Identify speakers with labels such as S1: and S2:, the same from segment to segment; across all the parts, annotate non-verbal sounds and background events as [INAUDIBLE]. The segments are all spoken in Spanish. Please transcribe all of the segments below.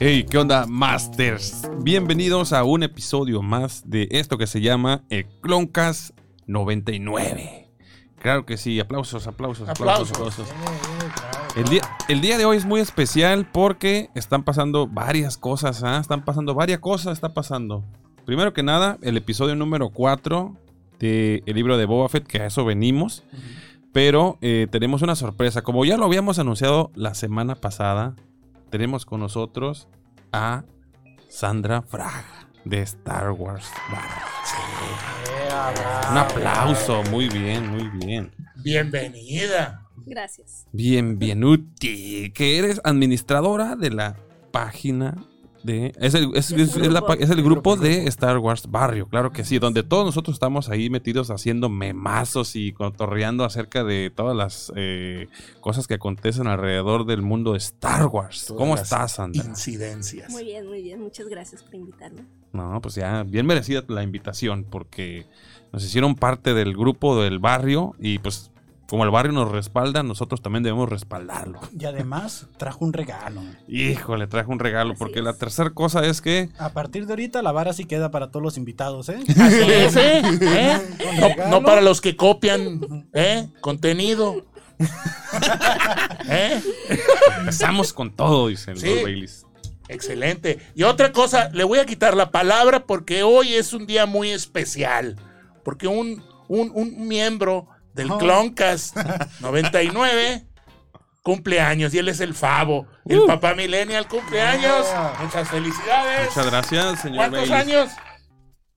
S1: Hey, ¿qué onda, Masters? Bienvenidos a un episodio más de esto que se llama el Cloncast 99. Claro que sí, aplausos, aplausos, aplausos, aplausos. El día, el día de hoy es muy especial porque están pasando varias cosas, ¿ah? Están pasando varias cosas, está pasando. Primero que nada, el episodio número 4 del libro de Boba Fett, que a eso venimos. Pero eh, tenemos una sorpresa. Como ya lo habíamos anunciado la semana pasada, tenemos con nosotros a Sandra Fraga de Star Wars. Un aplauso, muy bien, muy bien.
S2: Bienvenida.
S3: Gracias.
S1: Bienvenuti, que eres administradora de la página de... Es el, es-
S3: Es el
S1: es- es la
S3: grupo.
S1: pa- es el grupo de Star Wars Barrio, claro que sí, donde todos nosotros estamos ahí metidos haciendo memazos y cotorreando acerca de todas las eh, cosas que acontecen alrededor del mundo de Star Wars.
S2: Todas
S1: ¿Cómo
S2: las
S1: estás, Sandra?
S2: Incidencias.
S3: Muy bien, muy bien. Muchas gracias por invitarme.
S1: No, pues ya, bien merecida la invitación, porque nos hicieron parte del grupo del barrio y pues como el barrio nos respalda, nosotros también debemos respaldarlo.
S4: Y además trajo un regalo.
S1: Híjole, traje un regalo,
S3: Así
S1: porque
S3: es.
S1: la tercera cosa es que
S4: A partir de ahorita la vara sí queda para todos los invitados, ¿eh?
S2: Así
S4: [LAUGHS]
S2: es, ¿eh? ¿Eh?
S4: Con
S2: No,
S4: regalo.
S2: no para los que copian, ¿eh?
S4: [LAUGHS]
S2: Contenido. ¿Eh?
S1: empezamos con todo, dicen
S2: Sí.
S1: los Baileys.
S2: Excelente. Y otra cosa, le voy a quitar la palabra porque hoy es un día muy especial. Porque un, un, un miembro del
S4: Oh. [LAUGHS]
S2: Cloncast 99 cumple años y él es el Favo, el
S4: Uh.
S2: papá millennial cumpleaños.
S4: Yeah.
S2: Muchas felicidades.
S1: Muchas gracias, señor
S2: ¿Cuántos
S1: Baileys.
S2: años?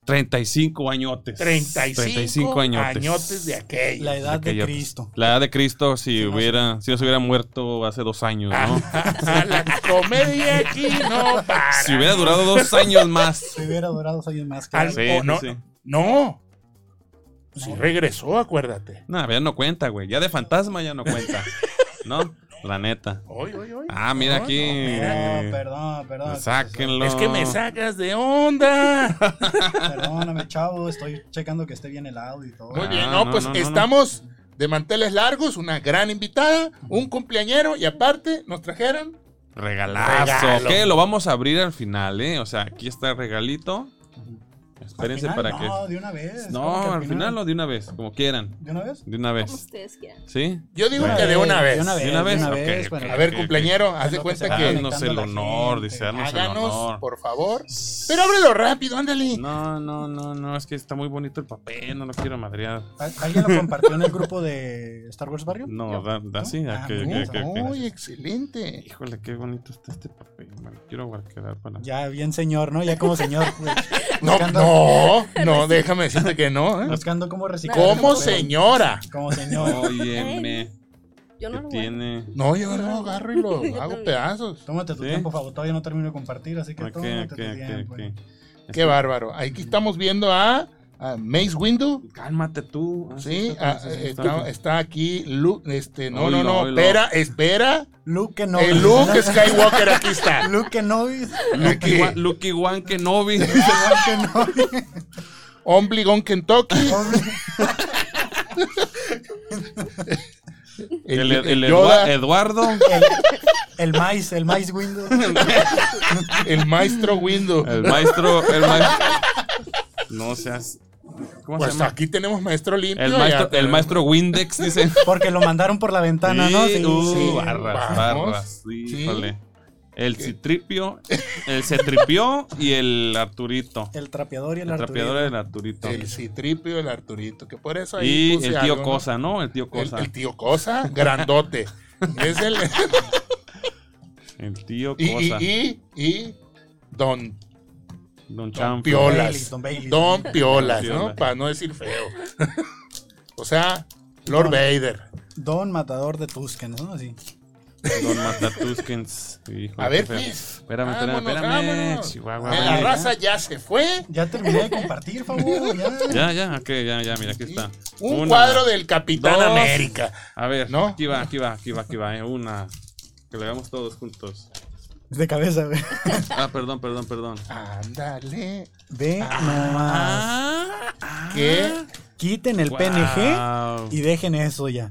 S1: 35 añotes.
S2: 35,
S1: 35 añotes.
S2: añotes de aquel.
S4: La edad de
S1: Aquellos.
S4: Cristo.
S1: La edad de Cristo si
S4: Si no se-
S1: hubiera, si no se hubiera muerto hace dos años, ¿no?
S2: Ah, [LAUGHS] la comedia aquí no para.
S1: Si hubiera durado dos años
S2: [LAUGHS]
S1: más.
S4: Se hubiera durado dos años más.
S2: Al-
S4: claro.
S1: Sí,
S2: o no,
S1: sí, sí.
S2: no. Si regresó, acuérdate.
S1: No, ya no cuenta, güey. Ya de fantasma ya no cuenta. ¿No? La neta.
S2: Hoy, hoy, hoy.
S1: Ah, mira
S2: No,
S1: aquí.
S2: no, mira.
S4: No, Ah, perdón, perdón.
S1: Sáquenlo.
S2: Es que me sacas
S1: [LAUGHS]
S2: de onda.
S4: [LAUGHS] Perdóname, chavo. Estoy checando que esté bien el audio y todo.
S2: Muy
S1: Ah,
S2: bien, no,
S1: no,
S2: pues
S1: no, no, no.
S2: estamos de manteles largos, una gran invitada, un cumpleañero y aparte nos trajeron.
S1: Regalazo.
S2: Regalo.
S1: Que lo vamos a abrir al final, ¿eh? O sea, aquí está el regalito.
S4: Al
S1: Espérense
S4: final,
S1: para
S4: no,
S1: que.
S4: de una vez. ¿Cómo que
S1: No, al final o de una vez, como quieran.
S4: ¿De una vez?
S1: De una
S3: Como
S1: vez.
S3: ustedes quieran.
S1: ¿sí
S2: Yo digo que de una vez.
S4: De una vez.
S1: ¿De una vez?
S4: de una
S1: Ok,
S4: vez,
S1: ok.
S4: bueno.
S2: A ver,
S1: Ok,
S2: cumpleaños, haz de
S4: Lo que se
S2: cuenta
S4: va
S2: que
S4: conectando
S1: Danos Ah, el
S4: la
S1: honor,
S4: gente.
S1: dice, danos el honor.
S2: háganos, por favor. Pero ábrelo rápido, ándale.
S1: No, no, no, no, es que está muy bonito el papel, no lo quiero madrear.
S4: ¿Al- ¿Alguien lo compartió en el grupo de Star Wars Barrio?
S1: No, da, da- sí,
S4: Ah,
S1: ok, ok,
S4: no,
S1: ok, ok.
S2: Uy, excelente.
S1: Híjole, qué bonito está este papel, man. Quiero guardar para.
S4: Ya bien señor, ¿no? Ya como señor.
S1: [LAUGHS]
S4: güey.
S2: No,
S4: Buscando-
S2: no, no, déjame decirte que no. ¿eh?
S4: Buscando cómo reciclar. el
S2: Como
S4: papel.
S2: señora.
S4: Como señor.
S1: Óyeme, que
S3: Yo no lo guardo.
S1: tiene.
S2: No, yo lo agarro y lo hago
S3: también.
S2: pedazos.
S4: Tómate tu
S1: ¿Sí?
S4: tiempo, Fabo. Todavía no termino de compartir, así que
S1: Ok,
S4: tómate
S1: ok,
S4: tu tiempo.
S1: ok, ok.
S2: Qué bárbaro. Aquí estamos viendo a, a Mace Windu.
S1: Cálmate tú. Ah,
S2: Sí, eh,
S1: está,
S2: a-
S1: está, está,
S2: está, está aquí Luke, este, no,
S1: Oilo,
S2: no, no,
S1: oilo.
S2: espera, espera.
S4: Luke Kenobi.
S2: El Luke Skywalker aquí está.
S4: [LAUGHS] Luke Kenobi.
S1: Lucky
S2: Aquí,
S1: Wa- Lucky One Kenobi.
S4: Luke Kenobi.
S2: Ombligón Kentucky.
S1: El,
S2: El,
S1: el,
S2: el
S1: Edua-
S2: Yoda,
S1: Eduardo.
S4: El, el maíz, el maíz Windows.
S2: el maestro Windu.
S1: El maestro. El maestro. No seas. ¿Cómo se
S2: Pues
S1: llama?
S2: aquí tenemos maestro limpio.
S1: El
S2: ya
S1: maestro, el
S2: tenemos-
S1: maestro Windex,
S2: [LAUGHS]
S1: dice.
S4: Porque lo mandaron por la ventana, ¿no?
S1: Sí,
S4: Sí,
S1: uh,
S4: sí.
S1: barras,
S2: vamos.
S1: barras.
S2: Sí.
S1: Híjole. El
S2: [LAUGHS]
S1: citripio, el cetripio y el Arturito.
S4: El trapeador y el,
S1: El trapeador
S4: Arturito.
S1: del Arturito.
S2: El Citripio, el Arturito, que por eso ahí
S1: Y
S2: puse
S1: el tío
S2: algo, ¿no?
S1: Cosa, ¿no? El tío
S2: El,
S1: Cosa.
S2: el tío Cosa, grandote.
S1: [LAUGHS]
S2: es el,
S1: El tío
S2: y, y,
S1: Cosa.
S2: y, y
S1: Don
S2: Don, don
S1: Champion.
S2: Piolas.
S4: Don Bailey,
S2: Don Piolas,
S1: Piolas.
S2: ¿no? Para no decir feo. [LAUGHS] o sea, Lord
S4: Don-
S2: Vader.
S4: Don Matador de Tusken, ¿no? Así.
S1: Don Matatusquens. Híjole,
S2: A ver,
S1: qué feo.
S2: pues.
S1: Espérame, espérame,
S2: Vámonos,
S1: espérame.
S2: vámonos.
S1: Chihuahua.
S2: Eh, La
S1: vale.
S2: raza ya se fue.
S4: Ya terminé de compartir, Fabo. Ya.
S1: [LAUGHS] Ya, ya, ok, ya, ya, mira, aquí está.
S2: Un
S1: Una.
S2: cuadro del Capitán
S1: dos.
S2: América.
S1: A ver,
S2: ¿No?
S1: aquí va, aquí va, aquí va, aquí va, eh, una. Que lo hagamos todos juntos.
S4: De cabeza, güey.
S1: Ah, perdón, perdón, perdón.
S2: Ándale.
S4: Ve nomás.
S2: Ah, Que
S4: Quiten el PNG
S1: Wow.
S4: y dejen eso ya.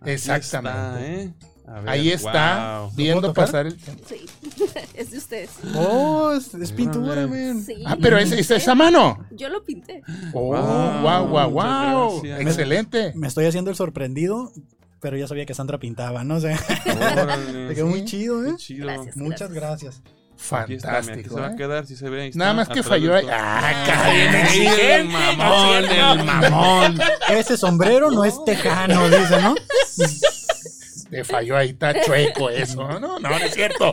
S1: Aquí
S2: exactamente.
S1: está, ¿eh? A ver,
S2: Ahí está,
S1: guau.
S2: viendo
S4: ¿Lo puedo tocar?
S2: pasar el tiempo.
S3: Sí, [LAUGHS] es de ustedes.
S4: Oh, es, es
S1: Órale.
S4: pintura, men.
S3: Sí.
S2: Ah, pero es, es esa mano.
S3: [LAUGHS] Yo lo pinté. [LAUGHS]
S2: Oh,
S1: Wow,
S2: wow, wow,
S1: muchas
S2: wow.
S1: gracias.
S2: Excelente.
S4: Me estoy haciendo el sorprendido, pero ya sabía que Sandra pintaba,
S1: [LAUGHS]
S4: no sé.
S1: Órale.
S2: [LAUGHS]
S4: Te quedó muy chido,
S1: Qué
S4: ¿eh?
S1: chido.
S3: Gracias.
S4: Muchas gracias.
S1: Aquí está, mira, aquí
S2: Fantástico.
S1: se va
S2: ¿eh?
S1: a quedar si se ve. ahí
S2: Nada
S1: está,
S2: más que
S1: atrás
S2: falló
S1: del
S2: ahí.
S1: todo.
S2: Ah, cabrón,
S1: [LAUGHS]
S2: [LAUGHS]
S1: El
S2: exigente.
S1: mamón, el mamón.
S4: Ese sombrero no es tejano, dice, ¿no?
S2: Te falló ahí, está chueco eso. No, no, no es cierto.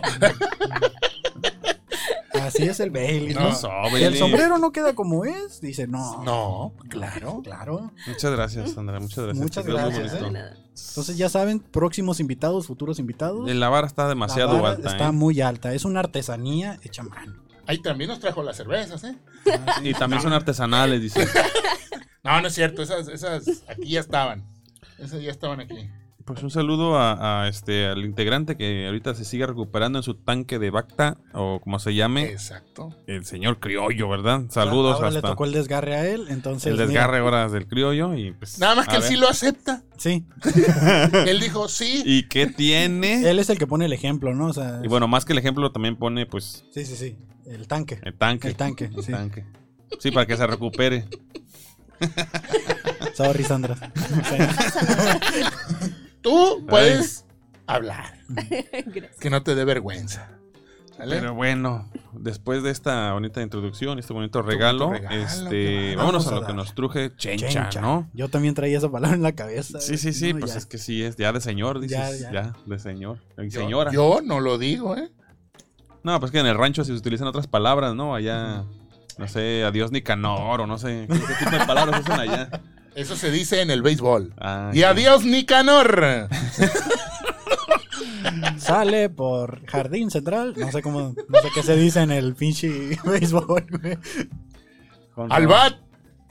S4: Así es el Bailey, ¿no?
S2: No,
S1: sóbele.
S4: el sombrero no queda como es, dice, no.
S2: No, claro.
S4: Claro.
S1: Muchas gracias, Sandra. Muchas gracias.
S4: Muchas
S1: Te quedó muy
S4: gracias, ¿eh?
S1: bonito.
S3: De nada.
S4: Entonces ya saben, próximos invitados, futuros invitados.
S1: La vara está
S4: la
S1: demasiado
S4: vara
S1: alta.
S4: Está
S1: ¿eh?
S4: muy alta, es una artesanía hecha a mano.
S2: Ahí también nos trajo las cervezas, ¿eh?
S1: Y también son artesanales, dice.
S2: No, no es cierto. Esas, esas aquí ya estaban. Esas ya estaban aquí.
S1: Pues un saludo a, a este al integrante que ahorita se sigue recuperando en su tanque de Bacta, o como se llame,
S2: Exacto.
S1: el señor criollo, ¿verdad? Saludos
S4: Ahora le
S1: hasta
S4: tocó el desgarre a él, entonces.
S1: el
S4: mira,
S1: desgarre ahora del criollo y pues.
S2: Nada más
S1: a
S2: que él
S1: ver.
S2: sí lo acepta.
S4: sí,
S2: Él dijo sí.
S1: ¿Y qué tiene?
S4: él es [LAUGHS] el que pone el ejemplo, ¿no? O sea,
S1: Y bueno, más que el ejemplo también pone pues
S4: sí, sí, sí. El tanque.
S1: el tanque.
S4: El tanque,
S1: El
S4: sí.
S1: tanque. Sí, para que se recupere.
S4: Sorry, Sandra.
S1: [LAUGHS]
S4: Sí.
S2: Tú puedes hablar.
S3: Gracias.
S2: Que no te dé vergüenza. ¿Sale?
S1: Pero bueno, después de esta bonita introducción, este bonito
S2: bonito
S1: regalo,
S2: regalo,
S1: este,
S2: qué
S4: bárbaro.
S1: vámonos
S4: Vamos
S1: a
S4: a
S1: lo que
S4: darle.
S1: nos truje, chencha,
S4: Chencha.
S1: ¿no?
S4: Yo también traía esa palabra en la cabeza.
S1: Sí, sí, sí,
S4: No,
S1: pues
S4: ya.
S1: es que sí, es ya de señor, dices, ya,
S4: Ya, ya.
S1: de señor, y
S2: Yo-
S1: señora.
S2: Yo, no lo digo, ¿eh?
S1: No, pues que en el rancho se utilizan otras palabras, ¿no? Allá, no sé, adiós Nicanor, o no sé, ¿qué, qué tipo de palabras usan allá?
S2: Eso se dice en el béisbol.
S1: Ah,
S2: Y
S1: ok.
S2: adiós, Nicanor.
S4: Sale por Jardín Central. No sé cómo, no sé qué se dice en el pinche [LAUGHS] béisbol, güey.
S1: Con
S2: Al
S1: razón.
S2: bat,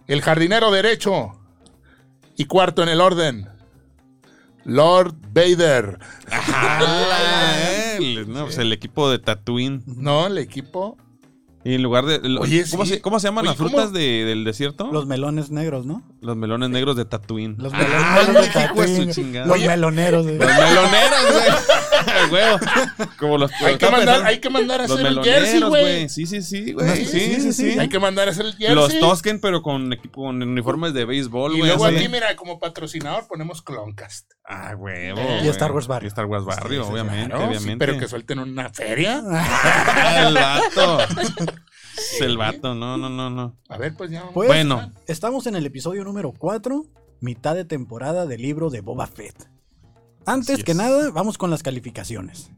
S2: el jardinero derecho. Y cuarto en el orden. Lord Vader.
S1: Ah, el- no, pues el equipo de Tatooine.
S2: No, el equipo.
S1: Y en lugar de. lo-
S2: Oye,
S1: ¿cómo,
S2: sí.
S1: se, cómo se llaman
S2: Oye,
S1: las frutas
S2: ¿cómo?
S1: de- del desierto? Los,
S4: Los melones negros, ¿no?
S1: melones negros de Tatooine.
S4: Los
S1: Ah, [LAUGHS] güey,
S4: melones negros de
S1: hijo de su
S4: Tatooine.
S1: chingada.
S4: Los
S1: Oye,
S4: meloneros. güey.
S1: Los meloneros, güey. A huevo. [LAUGHS] Como los
S2: Hay que,
S1: estaba
S2: mandar,
S1: pensando-
S2: hay que mandar a
S1: Los
S2: hacer el jersey,
S1: meloneros,
S2: güey.
S1: güey. Sí, sí, sí,
S4: No,
S1: güey. Sí, sí, sí.
S2: Hay que mandar a hacer el jersey.
S1: Los tosquen, pero con, equipo- con uniformes de béisbol,
S2: Y
S1: güey.
S2: luego
S1: así.
S2: aquí, mira, como patrocinador ponemos Cloncast.
S1: Ah, huevo.
S2: Y
S1: güey.
S4: Star Wars Barrio.
S1: Y Star Wars Barrio,
S4: Sí, sí,
S1: obviamente,
S2: Claro, Eh, sí,
S1: obviamente.
S2: pero
S1: [LAUGHS]
S2: que suelten una feria.
S1: Ah, el vato. Es el vato, no, no, no, no.
S2: A ver, pues ya. vamos.
S4: Pues,
S1: Bueno,
S4: Estamos en el episodio número 4, mitad de temporada del libro de Boba Fett. Antes
S1: Así
S4: que
S1: es.
S4: nada, vamos con las calificaciones.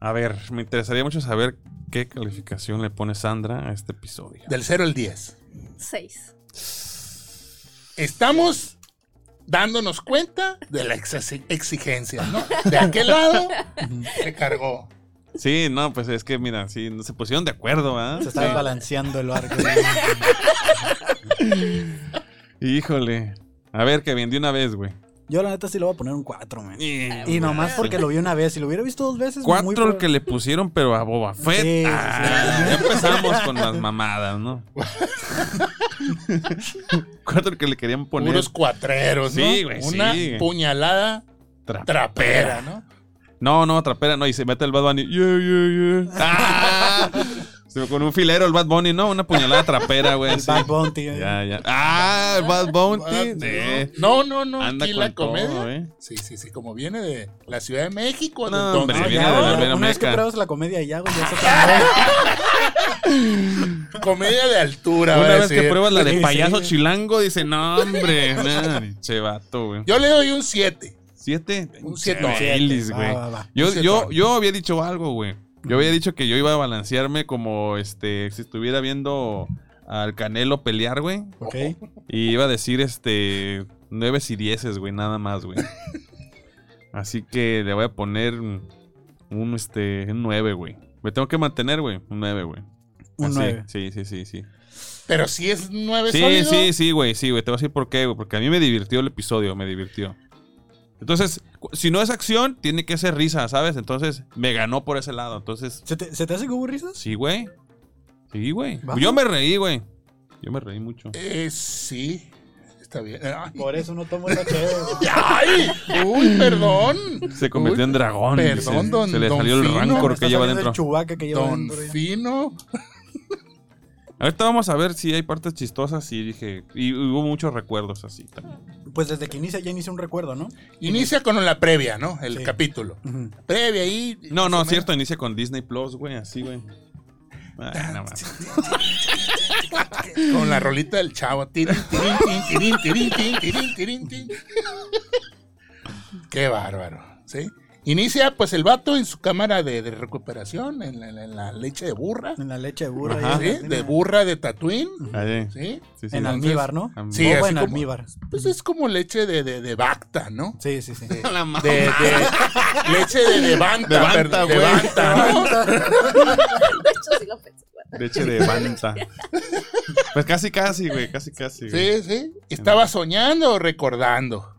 S1: a ver, me interesaría mucho saber qué calificación le pone Sandra a este episodio.
S2: Del 0 al 10.
S3: Seis.
S2: Estamos dándonos cuenta de la exi- exigencia, ¿no? De aquel lado se cargó.
S1: Sí, no, pues es que mira, sí, se pusieron de acuerdo, ¿ah?
S4: Se está balanceando el barco.
S1: [LAUGHS] Híjole. A ver, Kevin, de una vez, güey.
S4: Yo la neta sí le voy a poner un 4, man.
S1: Y
S4: Y nomás porque lo vi una vez, si lo hubiera visto dos veces, muy
S1: Cuatro el
S4: prob-
S1: que le pusieron, pero a Boba Fett.
S4: Sí, sí, sí.
S1: Ah, ya empezamos con las mamadas,
S4: [LAUGHS]
S1: ¿no? Cuatro el que le querían poner.
S2: Puros cuatreros, ¿no?
S1: Sí, güey,
S2: Una
S1: sí.
S2: puñalada
S1: Tra-
S2: trapera, ¿no?
S1: No, no, trapera, no. Y se mete el Bad Bunny. Yeah, yeah, yeah. ¡Ah! Se- Con un filero el Bad Bunny, no, una puñalada trapera, güey.
S4: el
S1: así.
S4: Bad Bounty. eh.
S1: Ya, ya. Ah, el Bad Bounty. Sí.
S2: No, no, no.
S1: Anda
S2: aquí
S1: con
S2: la comedia.
S1: todo, ¿eh?
S2: Sí, sí, sí. Como viene de la Ciudad de México.
S1: No,
S2: de donde-
S1: hombre,
S4: No,
S1: viene
S4: Ah, ya,
S1: de la
S4: ahora,
S1: mera
S4: una vez que
S1: meca.
S4: pruebas la comedia ya, güey, ya es otra vez.
S2: Comedia de altura.
S1: Una
S2: va a
S1: vez que
S2: decir.
S1: pruebas la
S4: Sí,
S1: de
S4: sí,
S1: payaso
S4: güey.
S1: chilango, dice, no, hombre. [LAUGHS] nah, che vato, güey.
S2: Yo le doy un 7.
S1: ¿Siete?
S2: Un siete, no.
S1: Chelis,
S4: Va,
S1: güey.
S4: va, va.
S1: Yo,
S2: Un siete,
S1: yo,
S2: va.
S1: yo había dicho algo, güey. Yo había dicho que yo iba a balancearme como este, si estuviera viendo al Canelo pelear, güey.
S4: Ok.
S1: Y iba a decir este nueves y dieces, güey, nada más,
S4: [LAUGHS]
S1: güey. Así que le voy a poner un este un 9, güey. Me tengo que mantener, güey. Un 9, güey.
S4: Un
S1: Así.
S4: nueve.
S1: Sí, sí, sí, sí.
S2: Pero si es 9
S1: Sí,
S2: sólido.
S1: sí, sí, güey, sí, güey. Te voy a decir por qué, güey. Porque a mí me divirtió el episodio, me divirtió. Entonces, cu- si no es acción, tiene que ser risa, ¿sabes? Entonces, me ganó por ese lado. Entonces,
S4: ¿Se te, se te hace que hubo risas?
S1: sí, güey. Sí, güey.
S4: Baja.
S1: Yo me reí, güey. Yo me reí mucho.
S2: Eh, sí. Está bien. Ay,
S4: Por eso no tomo esa chévere.
S2: ¡Ay! ¡Uy, perdón!
S1: Se convirtió
S2: Uy,
S1: en dragón.
S2: Perdón,
S1: se,
S2: don-
S1: se le
S2: don
S1: salió el
S2: Fino.
S1: rancor
S4: Está
S1: que lleva
S4: saliendo
S1: dentro.
S4: El chubaca que lleva
S2: Don
S4: dentro. ya.
S2: Fino.
S1: Ahorita vamos a ver si hay partes chistosas y dije. Y hubo muchos recuerdos así también.
S4: Pues desde que inicia ya inicia un recuerdo, ¿no?
S2: Inicia con la previa, ¿no? El
S4: Sí.
S2: capítulo. Previa ahí.
S1: No, no,
S2: más o
S1: cierto, inicia con Disney Plus, güey, así, güey. Ay, no mames.
S2: [LAUGHS] menos, Con la rolita del chavo. Tirin, tirin, tirin, tirin, tirin, tirin, tirin, tirin, tirin. Qué bárbaro. ¿Sí? Inicia, pues, el vato en su cámara de, de recuperación, en la, en la leche de burra.
S4: En la leche de burra.
S1: Ajá.
S4: ya
S2: ¿sí?
S4: tiene-
S2: De burra de Tatooine.
S1: Ahí.
S2: ¿Sí?
S1: Sí, sí,
S4: En
S1: sí.
S4: almíbar, ¿no?
S1: Sí,
S4: Boba
S2: así
S4: en
S2: como-
S4: almíbar.
S2: Pues es como leche de, de, de Bacta, ¿no?
S4: Sí, sí, sí.
S1: La ma-
S2: De, de- leche de Devanta.
S1: Ah, De Banta,
S2: perdón, de
S1: güey. Ah,
S2: Banta, ¿no?
S3: De hecho, sí lo pensé.
S1: Leche de manta. Pues casi, casi, güey, casi, casi. güey.
S2: Sí, sí. ¿Estaba soñando o recordando?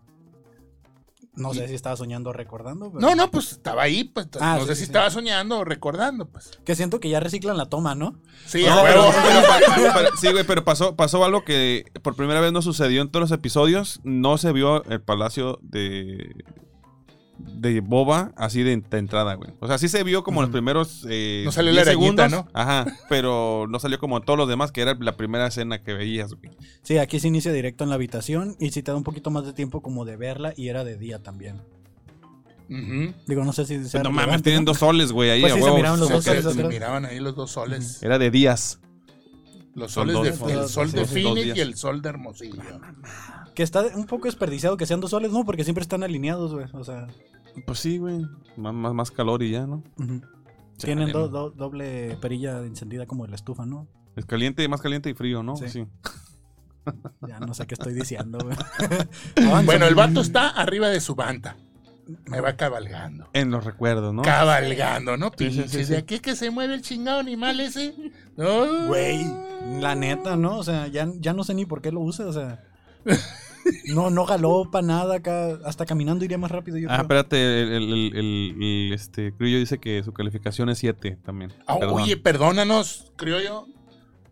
S4: No sé si estaba soñando o recordando. Pero...
S2: No, no, pues estaba ahí, pues
S4: Ah,
S2: no
S4: sí,
S2: sé
S4: sí,
S2: si
S4: sí.
S2: estaba soñando o recordando, pues.
S4: Que siento que ya reciclan la toma, ¿no?
S2: Sí,
S1: No,
S2: a
S1: pero,
S2: huevo.
S1: pero pa- pero- sí, güey, pero pasó, pasó algo que por primera vez no sucedió en todos los episodios. No se vio el palacio de, de Boba así de, de entrada, güey. O sea, sí se vio como los primeros. eh,
S2: No salió la
S1: 10
S2: arañita,
S1: segundos. Ajá, pero no salió como todos los demás, que era la primera escena que veías, güey.
S4: Sí, aquí se inicia directo en la habitación y sí te da un poquito más de tiempo como de verla y era de día también.
S2: Ujú.
S4: Digo, no sé si sea
S1: no
S4: relevante,
S1: mames, tienen dos soles, güey, ahí
S4: Pues
S1: a
S4: sí, se
S1: huevos.
S4: miraban los
S2: Se
S4: dos soles
S2: quedaron-
S4: atrás.
S2: miraban ahí los dos soles.
S1: Era de días.
S2: Los
S1: Son
S2: soles
S1: dos
S2: de-
S1: días.
S2: el sol
S4: Sí,
S1: son
S2: de
S1: dos
S2: Phoenix
S1: días.
S2: y el sol de Hermosillo.
S4: Que está un poco desperdiciado que sean dos soles, ¿no? Porque siempre están alineados, güey. O sea,
S1: Pues sí, güey. Más, más, más calor y ya, ¿no?
S4: ujú. tienen do- do- doble perilla encendida como de la estufa, ¿no?
S1: Es caliente, más caliente y frío, ¿no?
S4: Sí.
S1: sí.
S4: Ya no sé qué estoy diciendo,
S2: [LAUGHS]
S4: güey.
S2: Bueno, el vato está arriba de su banda. Me va cabalgando.
S1: En los recuerdos, ¿no?
S2: Cabalgando, ¿no?
S1: Sí, sí, sí,
S2: Pinches,
S1: sí.
S2: de aquí que se mueve el chingado animal ese. No.
S4: Güey, la neta, ¿no? O sea, ya, ya no sé ni por qué lo usa, o sea.
S2: [LAUGHS]
S4: No, no galopa nada acá. Hasta caminando iría más rápido, yo
S1: Ah,
S4: creo.
S1: espérate, el, el- el- el- el, este Grillo dice que su calificación es 7 también.
S2: Ah,
S1: Perdón.
S2: oye, perdónanos, criollo.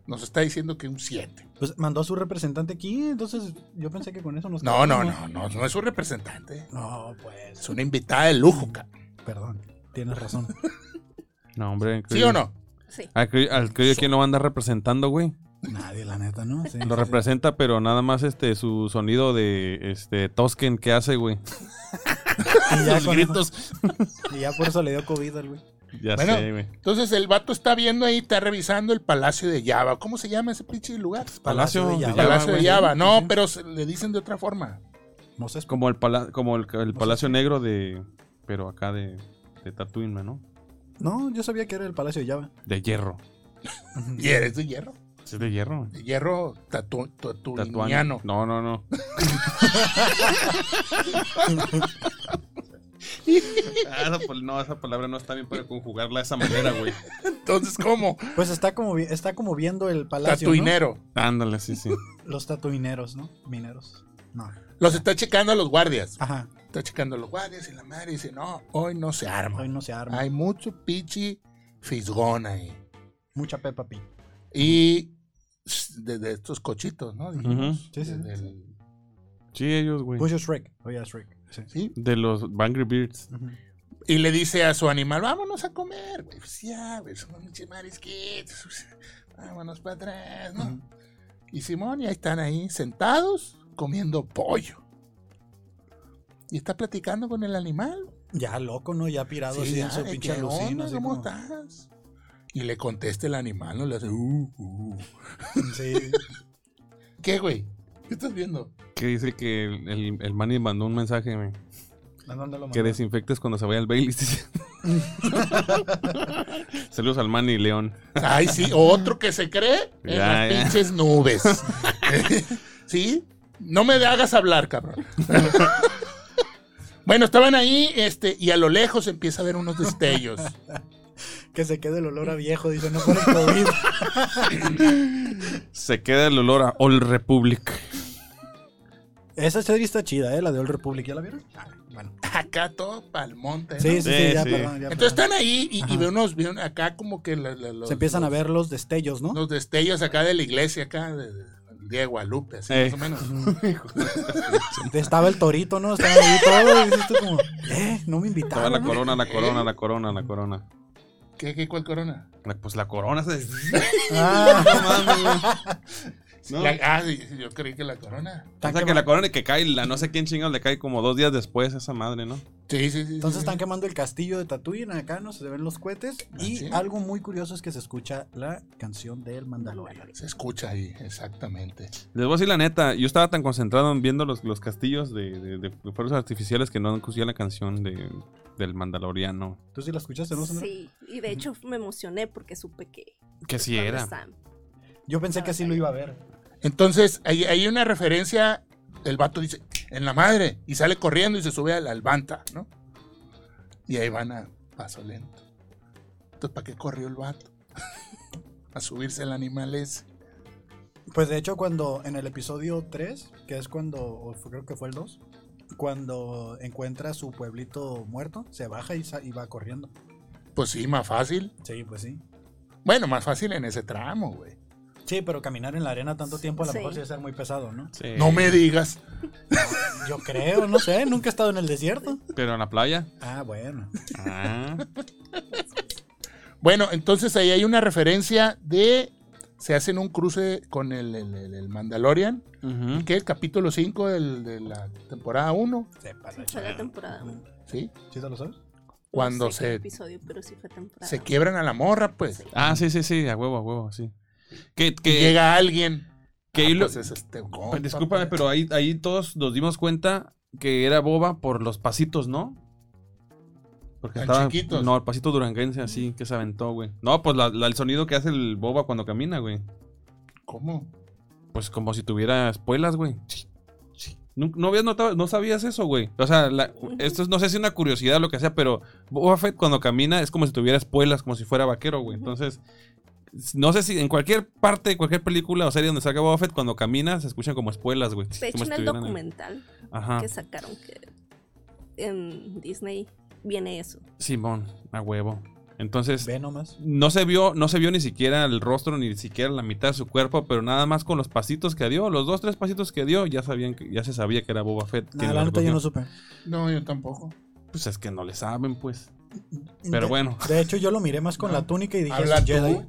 S2: Nos está diciendo que un 7.
S4: Pues mandó a su representante aquí, entonces yo pensé que con eso nos
S2: No, no,
S4: quedamos,
S2: no, no, no es un representante.
S4: No,
S2: Es
S4: pues,
S2: una invitada de lujo, ca-
S4: perdón. Tienes razón.
S1: No, hombre.
S2: ¿Sí o no?
S3: Sí.
S1: Al Grillo, al Grillo, ¿quién lo anda representando, güey?
S4: Nadie, la neta, ¿no? Sí,
S1: Lo
S4: sí, sí.
S1: representa, pero nada más este su sonido de este Tosken que hace,
S2: [LAUGHS]
S1: güey.
S4: Y ya,
S1: Los
S4: con eso-
S1: gritos.
S4: y ya por eso le dio COVID al güey.
S1: Ya
S2: Bueno.
S1: sé, güey.
S2: Entonces el vato está viendo ahí, está revisando el Palacio de Java. ¿Cómo se llama ese pinche lugar?
S1: Palacio de Java,
S2: Palacio
S1: güey.
S2: de Java. No,
S4: Sí.
S2: pero se- le dicen de otra forma.
S4: No sé,
S1: Como el, pala- como el,
S2: Pues
S1: el
S4: sé.
S1: Palacio Negro de. Pero acá de, de Tatooine, ¿no?
S4: No, yo sabía que era el Palacio de Java.
S1: De hierro.
S2: Y eres de hierro.
S1: ¿Sí ¿Es de hierro? güey?
S2: De hierro tatu,
S1: Tatuano.
S2: tatuiniano.
S1: No, no,
S2: [LAUGHS]
S1: no. Ah, esa pal- no, esa palabra no está bien para conjugarla de esa manera,
S2: [LAUGHS]
S1: güey.
S2: Entonces, ¿cómo?
S4: Pues está como, vi- está como viendo el [LAUGHS] palacio. ¿no?
S2: Tatuinero.
S1: Ándale, sí, sí.
S4: Los tatuineros, ¿no? Mineros. No.
S2: Los está checando a los guardias.
S4: Ajá.
S2: Está checando a los guardias y la madre dice, no, hoy no se
S4: Hoy
S2: arma.
S4: no se arma.
S2: Hay mucho pinche fisgón ahí.
S4: Mucha Peppa Pig.
S2: Y s- de, de estos cochitos, ¿no? Dijimos.
S4: Sí, sí,
S2: De-
S4: sí.
S2: del-
S1: Sí, ellos, güey.
S4: Puso Shrek. Oye, Shrek. Sí.
S2: ¿sí?
S1: De los Bangry Beards.
S4: Ujú.
S2: Y le dice a su animal, vámonos a comer, güey. Pues ya, güey, somos pinches marisquitos. pues, [LAUGHS] Vámonos para atrás, ¿no?
S4: Ujú.
S2: Y Simón, y ahí están ahí sentados comiendo pollo. Y está platicando con el animal.
S4: Ya loco, ¿no? Ya pirado
S2: Sí,
S4: así
S2: ya,
S4: en su
S2: ¿eh?
S4: pinche
S2: ¿Qué onda?
S4: alucino. así
S2: ¿Cómo
S4: como-
S2: estás? Y le contesta el animal, ¿no? Le hace, uh, uh.
S4: [LAUGHS] Sí.
S2: ¿Qué, güey? ¿Qué estás viendo?
S1: Que dice que el, el, el Manny mandó un mensaje, güey.
S4: ¿A dónde lo
S1: Que
S4: mandó?
S1: desinfectes cuando se vaya al Baileys. dice. Saludos al Manny y León.
S2: Ay, sí, otro que se cree en
S1: Ya,
S2: las
S1: ya. [LAUGHS]
S2: pinches nubes. ¿Sí? No me hagas hablar, cabrón. bueno, estaban ahí este, y a lo lejos empieza a ver unos destellos.
S4: Que se quede el olor a viejo, dice, no por el COVID. [LAUGHS]
S1: Se queda el olor a All Republic.
S4: Esa serie está chida, ¿eh? La de Old Republic, ¿ya la vieron? Ah, Bueno.
S2: Acá todo pa'l monte. ¿no?
S4: Sí, sí, sí,
S1: Sí,
S4: ya,
S1: sí.
S4: perdón, ya,
S2: Entonces están
S4: perdón.
S2: ahí y, y
S4: Ajá.
S2: ve unos, ve un- acá como que la- la- los,
S4: Se empiezan a
S2: los-
S4: ver los destellos, ¿no?
S2: los destellos acá de la iglesia, acá de, de- Diego Guadalupe, así
S1: Eh.
S2: más o menos.
S4: Estaba el torito, ¿no? Estaba ahí todo. Y dices tú como, eh, no me
S1: Estaba
S4: invitaron.
S1: la
S4: ¿no?
S1: corona, la corona, la corona, la corona.
S2: ¿Qué, qué, cuál corona?
S1: La- pues la corona se
S4: Ah,
S1: [LAUGHS] No mames, güey. No.
S2: La- ah, sí, sí, yo creí que la corona.
S1: O sea que la corona que cae, la no sé quién chingados le cae como dos días después a esa madre, ¿no?
S2: Sí, sí, sí.
S4: Entonces
S2: sí.
S4: están quemando el castillo de Tatooine acá, ¿no? Se ven los cohetes.
S1: Ah,
S4: Y
S2: sí.
S4: algo muy curioso es que se escucha la canción del Mandalorian.
S2: Se escucha ahí, exactamente.
S1: Les voy a decir la neta, yo estaba tan concentrado en viendo los, los castillos de, de, de fuegos artificiales que no escuché la canción de, del Mandaloriano.
S4: ¿Tú sí la escuchaste, no? Sandra?
S3: Sí, y de hecho me emocioné porque supe que.
S1: Que sí
S3: cuando
S1: era.
S3: Sam-
S4: Yo pensé
S3: Ah,
S4: que sí lo iba a ver.
S2: Entonces, hay, hay una referencia, el vato dice, en la madre, y sale corriendo y se sube a la albanta, ¿no? Y ahí van a paso lento. Entonces, ¿para qué corrió el vato? [LAUGHS] a subirse el animal ese.
S4: Pues de hecho, cuando en el episodio 3, que es cuando, o fue- creo que fue el 2, cuando encuentra su pueblito muerto, se baja y, sa- y va corriendo.
S2: Pues sí, más fácil.
S4: Sí, pues sí.
S2: Bueno, más fácil en ese tramo, güey.
S4: Sí, pero caminar en la arena tanto tiempo a lo
S3: Sí.
S4: mejor sí debe ser muy pesado, ¿no?
S1: Sí.
S2: No me digas.
S4: Yo creo, no sé, nunca he estado en el desierto.
S1: Pero en la playa.
S4: Ah, bueno.
S2: [LAUGHS]
S1: Ah.
S2: Bueno, entonces ahí hay una referencia de... Se hacen un cruce con el, el- el- el Mandalorian,
S1: Ujú.
S2: que es el capítulo 5 del- de la temporada 1,
S4: Se pasa.
S3: Sí, fue la temporada uno. No
S2: ¿sí?
S4: ¿Sí te lo sabes?
S2: Cuando
S3: sé qué
S2: se-
S3: episodio, pero sí fue temporada.
S2: Se quiebran a la morra, pues.
S1: Ah, sí, sí, sí, a huevo, a huevo, sí. Que,
S2: Y
S1: que,
S2: llega alguien.
S1: que
S2: Ah,
S1: ahí lo-
S2: pues es este compa,
S1: pues, discúlpame,
S2: pues.
S1: pero ahí, ahí todos nos dimos cuenta que era boba por los pasitos, ¿no? Porque
S2: Tan
S1: estaba.
S2: chiquitos.
S1: No, el pasito duranguense así que se aventó, güey. No, pues la- la- el sonido que hace el boba cuando camina, güey.
S2: ¿Cómo?
S1: Pues como si tuviera espuelas, güey. Nun- No, habías notado, no sabías eso, güey. O sea, la- esto es, no sé si una curiosidad o lo que sea, pero Boba Fett cuando camina es como si tuviera espuelas, como si fuera vaquero, güey. Entonces, no sé si en cualquier parte, cualquier película o serie donde salga Boba Fett, cuando camina se escuchan como espuelas, güey.
S3: De hecho,
S1: Como si
S3: en el
S1: tuvieran-
S3: documental
S1: Ajá.
S3: que sacaron que en Disney viene eso.
S1: Simón, a huevo. Entonces,
S4: Ve nomás.
S1: no se vio, no se vio ni siquiera el rostro, ni siquiera la mitad de su cuerpo, pero nada más con los pasitos que dio, los dos, tres pasitos que dio, ya sabían que, ya se sabía que era Boba Fett. quien
S4: Nada,
S1: lo
S4: la neta yo
S1: recogió.
S4: no supe.
S2: No, yo tampoco.
S1: Pues es que no le saben, pues. Pero
S4: De-
S1: bueno. Ah,
S4: De hecho, yo lo miré más con
S2: No.
S4: la túnica y dije,
S2: Habla
S4: "Es
S2: tú.
S4: Jedi".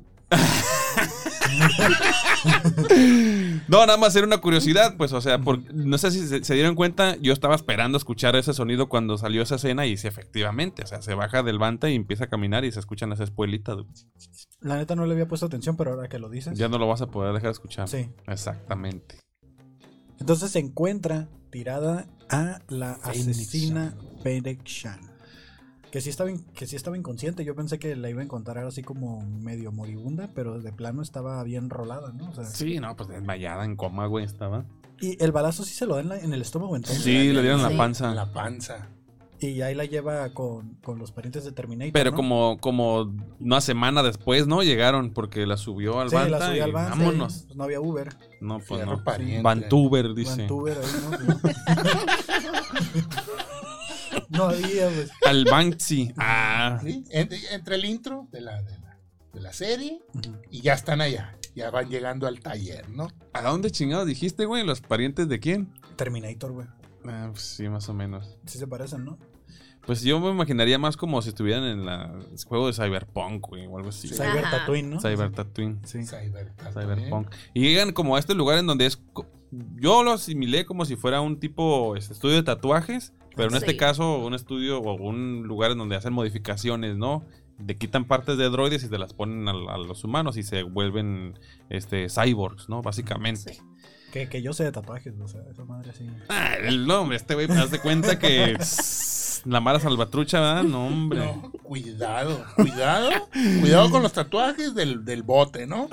S1: No, nada más era una curiosidad, pues, o sea, por- no sé si se, se dieron cuenta, yo estaba esperando escuchar ese sonido cuando salió esa escena y sí, efectivamente, o sea, se baja del bante y empieza a caminar y se escuchan las espuelitas. güey.
S4: La neta no le había puesto atención, pero ahora que lo dices.
S1: Ya no lo vas a poder dejar de escuchar.
S4: Sí.
S1: Exactamente.
S4: Entonces se encuentra tirada a la asesina Fennec Shan. Que sí, estaba in- que sí estaba inconsciente. Yo pensé que la iba a encontrar así como medio moribunda, pero de plano estaba bien rolada, ¿no? O sea,
S1: Sí, no, pues desmayada en coma, güey, estaba.
S4: Y el balazo sí se lo da en, la- en el estómago entonces.
S1: Sí, le dieron la
S3: Sí.
S1: panza.
S2: La panza.
S4: Y ahí la lleva con, con los parientes de Terminator.
S1: Pero
S4: ¿no?
S1: como, como una semana después, ¿no? Llegaron porque la subió al
S4: Sí,
S1: banta
S4: la subió al
S1: y
S4: van, sí.
S1: vámonos.
S4: Pues no había Uber.
S1: No, pues
S2: Fierro
S1: no.
S2: pariente.
S1: Vancouver, dice.
S4: Vancouver ahí, ¿no? [LAUGHS] no había, pues.
S1: Al Banksy. Ah.
S2: ¿Sí? En- entre el intro de la, de, la, de la serie y ya están allá. Ya van llegando al taller, ¿no?
S1: ¿A dónde chingados dijiste, güey? ¿Los parientes de quién?
S4: Terminator, güey.
S1: Ah, pues sí, más o menos.
S4: Sí se parecen, ¿no?
S1: Pues yo me imaginaría más como si estuvieran en la- el juego de Cyberpunk, güey, o algo así.
S2: Sí.
S4: Cyber
S3: Ajá.
S4: Tatooine, ¿no?
S1: Cyber Tatooine.
S4: Sí.
S2: Cyber-
S1: Cyberpunk. Y llegan como a este lugar en donde es. co- Yo lo asimilé como si fuera un tipo este, estudio de tatuajes, pero en este
S3: Sí.
S1: caso un estudio o un lugar en donde hacen modificaciones, ¿no? Te quitan partes de droides y te las ponen a, a los humanos y se vuelven este, cyborgs, ¿no? Básicamente.
S3: Sí.
S4: Que, que yo sé de tatuajes, o sea, esa
S1: [LAUGHS]
S4: madre así.
S1: Ah, el nombre, este güey, haz de cuenta que la mala salvatrucha, ¿verdad? No, hombre.
S2: No, cuidado, cuidado,
S1: [LAUGHS]
S2: cuidado con los tatuajes del, del bote, ¿no?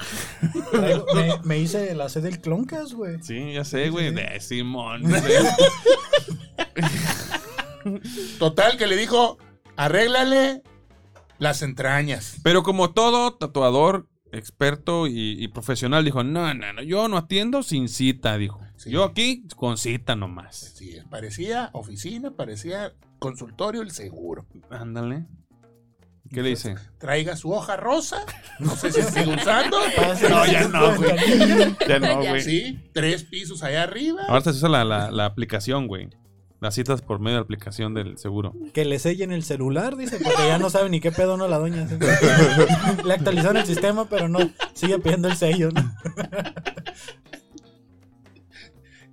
S4: Traigo- me, me hice la sed del Cloncas, güey.
S1: Sí, ya sé, güey. De Simón. güey.
S2: Total, que le dijo, arréglale las entrañas.
S1: Pero como todo tatuador experto y, y profesional dijo, no, no, no, yo no atiendo sin cita, dijo.
S2: Sí.
S1: Yo aquí con cita nomás.
S2: Sí, parecía oficina, parecía consultorio el seguro.
S1: Ándale. ¿Qué le dice?
S2: Traiga su hoja rosa. No sé si se sigue usando.
S1: No, ya no, güey. Ya no,
S3: Ya.
S1: güey.
S2: Sí, tres pisos allá arriba.
S1: Ahora se usa la, la- la aplicación, güey. Las citas por medio de la aplicación del seguro.
S4: Que le sellen el celular, dice, porque ya no sabe ni qué pedo no la doña. ¿sí? [LAUGHS] Le actualizaron el sistema, pero no, sigue pidiendo el sello. ¿no?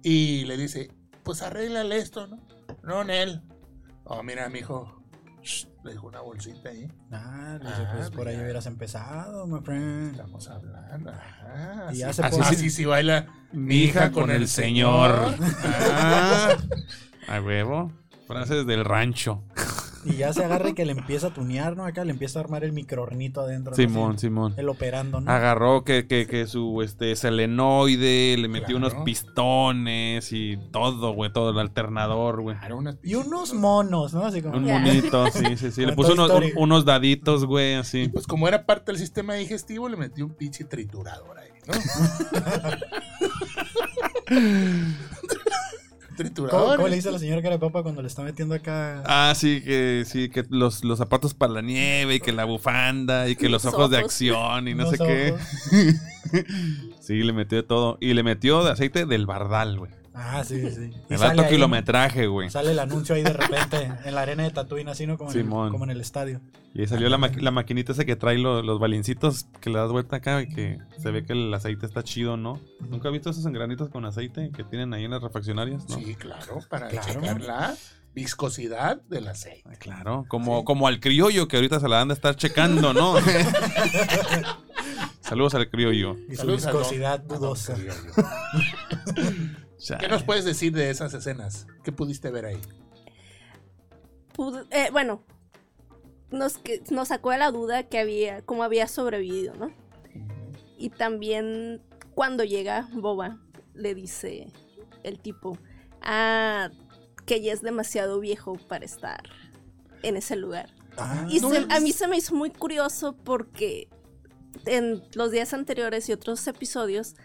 S2: Y le dice, pues arréglale esto, ¿no? No, Nel. Oh, mira, mijo. Shh, Le dijo una bolsita ahí.
S4: Ah, le dice, pues
S2: Ah,
S4: por ahí
S2: mira.
S4: hubieras empezado, my friend.
S2: Estamos hablando. Ajá,
S4: Y
S2: así,
S4: ya se
S1: así
S4: pone-
S2: así sí baila mi hija con el señor.
S1: Ah, [LAUGHS] a huevo. Frases del rancho.
S4: Y ya se agarra y que le empieza a tunear, ¿no? Acá le empieza a armar el microornito adentro. ¿no?
S1: Simón, Ah.
S4: Así,
S1: Simón.
S4: El operando, ¿no?
S1: Agarró que, que, que su este selenoide le metió
S2: Claro.
S1: unos pistones y todo, güey, todo el alternador, güey.
S2: Claro, unas-
S4: Y unos monos, ¿no? Así como.
S1: Un
S3: Ya.
S1: monito, sí, sí, sí. Le
S4: Como
S1: puso
S4: Toy
S1: unos,
S4: Story.
S1: un- unos daditos, güey,
S2: Y
S1: así.
S2: pues como era parte del sistema digestivo, le metí un pinche triturador ahí, ¿no?
S4: [LAUGHS] ¿Cómo,
S2: triturador.
S4: cómo le dice a la señora cara de papa cuando le está metiendo acá?
S1: Ah, sí, que sí, que los, los zapatos para la nieve y que la bufanda y que los,
S3: Los
S1: ojos de
S3: ojos.
S1: acción y no
S4: unos
S1: sé qué.
S4: ojos?
S1: Sí, le metió de todo. Y le metió de aceite del bardal, güey.
S4: Ah, sí, sí. Y
S1: El
S4: sale
S1: alto
S4: ahí,
S1: kilometraje, güey.
S4: Sale el anuncio ahí de repente en la arena de Tatooine, así, ¿no? Como, en el,
S1: Simón.
S4: como en el estadio.
S1: Y salió la, maqui- la maquinita esa que trae lo- los balincitos que le das vuelta acá y que se ve que el aceite está chido, ¿no? ¿Nunca has visto esos engranitos con aceite que tienen ahí en las refaccionarias? ¿no?
S2: Sí, claro, para
S4: Claro.
S2: checar la viscosidad del aceite.
S1: Ah, Claro, como, como al criollo que ahorita se la dan de estar checando, ¿no? Saludos al criollo.
S4: Y su
S2: Saludos a don-
S4: viscosidad
S2: a don
S4: dudosa.
S2: Criollo. ¿Qué
S1: Chale.
S2: nos puedes decir de esas escenas? ¿Qué pudiste ver ahí?
S3: Pude- eh, bueno, nos, que- nos sacó de la duda que había, cómo había sobrevivido, ¿no? Y también cuando llega Boba, le dice el tipo, ah, que ya es demasiado viejo para estar en ese lugar.
S4: Ah,
S3: Y
S2: No,
S3: se-
S2: el-
S3: a mí se me hizo muy curioso porque en los días anteriores y otros episodios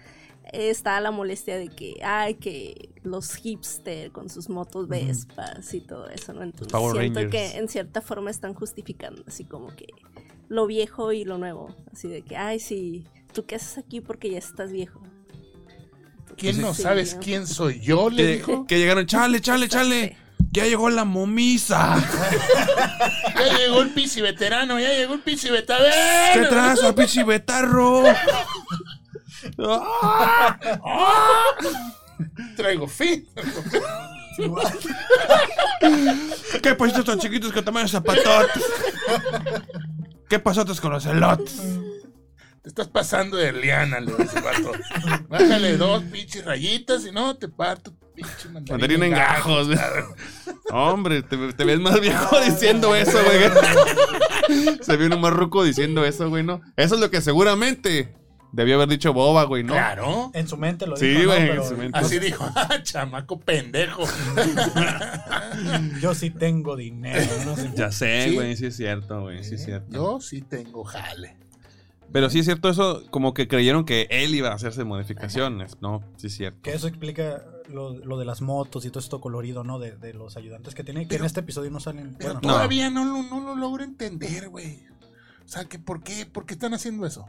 S3: eh, estaba la molestia de que, ay, que los hipster con sus motos Vespas y todo eso, ¿no? Entonces
S1: Power
S3: siento
S1: Rangers.
S3: que en cierta forma están justificando así como que lo viejo y lo nuevo, así de que, ay, sí, tú qué haces aquí porque ya estás viejo.
S1: Pues
S2: ¿Quién
S3: Sí,
S2: no
S3: sí,
S2: sabes
S3: ¿no?
S2: quién soy yo? Le
S1: Que,
S2: dijo.
S1: que llegaron, chale, chale, chale. Ya llegó la momisa.
S2: Ya llegó el pichi veterano, ya llegó el pichi
S1: ¿Qué
S2: veterano.
S1: trazo, pichi betarro? ¡Ah! ¡Ah!
S2: Traigo fin.
S1: ¿Qué pasitos tan chiquitos que tamaño zapatotes? ¿Qué pasotes con los elotes?
S2: Te estás pasando de liana, le dice el vato. Bájale dos pinches rayitas y no te parto tu pinche mandarina.
S1: Mandarín en
S2: en gajo.
S1: gajos. güey. Hombre, te, te ves más viejo diciendo eso, güey. Se vio un marruco diciendo eso, güey, ¿no? Eso es lo que seguramente debió haber dicho Boba, güey, ¿no?
S2: Claro.
S4: En su mente lo
S1: Sí,
S4: dijo. ¿no?
S1: güey, en
S4: Pero
S1: su mente.
S2: Así dijo, "Ah, chamaco pendejo.
S4: Yo sí tengo dinero.
S1: [LAUGHS]
S4: ¿no? Así-
S1: Ya sé,
S2: Sí.
S1: güey, sí es cierto, güey, sí es cierto.
S2: Yo sí tengo jale.
S1: Pero sí es cierto eso, como que creyeron que él iba a hacerse modificaciones, ¿no? Sí es cierto.
S4: Que eso explica lo, lo de las motos y todo esto colorido, ¿no? De, de los ayudantes que tiene. Que en este episodio no salen.
S2: Pero
S4: Bueno,
S1: no.
S2: todavía no lo, no lo logro entender, güey. O sea, que ¿por qué? ¿Por qué están haciendo eso?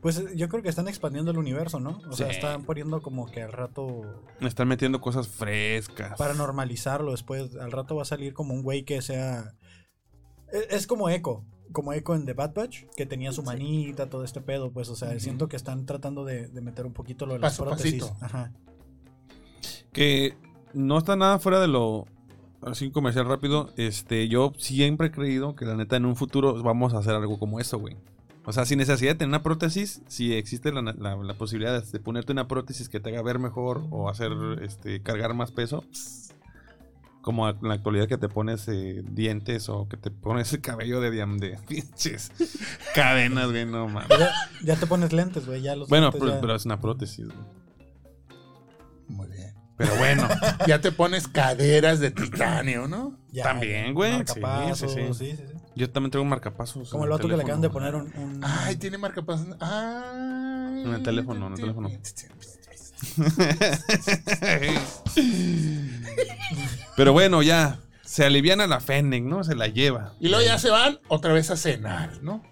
S4: pues eh, yo creo que están expandiendo el universo, ¿no? O sea,
S1: Sí.
S4: están poniendo como que al rato.
S1: Me están metiendo cosas frescas.
S4: Para normalizarlo después. Al rato va a salir como un güey que sea. e- Es como Echo. Como Echo en The Bad Batch. Que tenía su
S3: Sí.
S4: manita, todo este pedo. Pues, o sea,
S2: Ujú.
S4: siento que están tratando de, de meter un poquito lo de las
S2: Paso a
S4: prótesis.
S2: pasito.
S4: Ajá.
S1: Que no está nada fuera de lo. Así un comercial rápido. Este, yo siempre he creído que la neta en un futuro vamos a hacer algo como eso, güey. O sea, sin necesidad de tener una prótesis, si existe la, la- la posibilidad de, ponerte una prótesis que te haga ver mejor o hacer este, cargar más peso, pss, como en la actualidad que te pones eh, dientes o que te pones el cabello de diamante, pinches
S4: [LAUGHS]
S1: cadenas, güey, no mames.
S4: Ya, ya te pones lentes, güey. Ya los
S1: Bueno, pues,
S4: lentes
S1: pero,
S4: ya-
S1: pero es una prótesis, güey.
S2: Muy bien.
S1: Pero bueno,
S2: [LAUGHS] Ya te pones caderas de titanio, ¿no?
S4: ya-
S1: también, güey, sí,
S4: marcapasos,
S1: sí, sí.
S4: sí, sí, sí.
S1: yo también traigo un marcapasos.
S4: Como el
S1: Pues, en
S4: vato que le acaban de
S1: teléfono.
S4: poner un. un-
S2: Ay, tiene marca pasando. Ay.
S1: En el teléfono, en el teléfono. Pero bueno, ya. se aliviana la Fennec, ¿no? Se la lleva.
S2: Y luego ya se van otra vez a cenar, ¿no?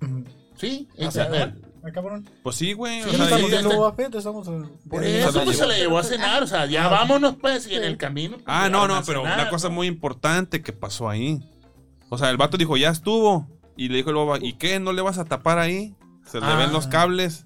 S1: mm,
S2: Sí,
S4: O
S2: a
S4: sea,
S2: ver.
S4: ah, cabrón.
S1: Pues sí, güey. o
S2: Sí,
S1: sea,
S2: está
S1: ahí-
S4: estamos
S2: bien.
S4: viendo Boba Fett, estamos.
S2: Por
S1: O sea,
S2: eso
S1: no
S2: pues se
S1: llegó.
S2: la llevó a cenar, o sea, ya vámonos pues y en el camino. pues,
S1: Ah, no,
S2: llegaron
S1: no,
S2: a
S1: pero
S2: cenar.
S1: una cosa muy importante que pasó ahí. O sea, el vato dijo, ya estuvo. Y le dijo el boba, ¿y qué? ¿No le vas a tapar ahí? Se le
S2: Ah.
S1: ven los cables.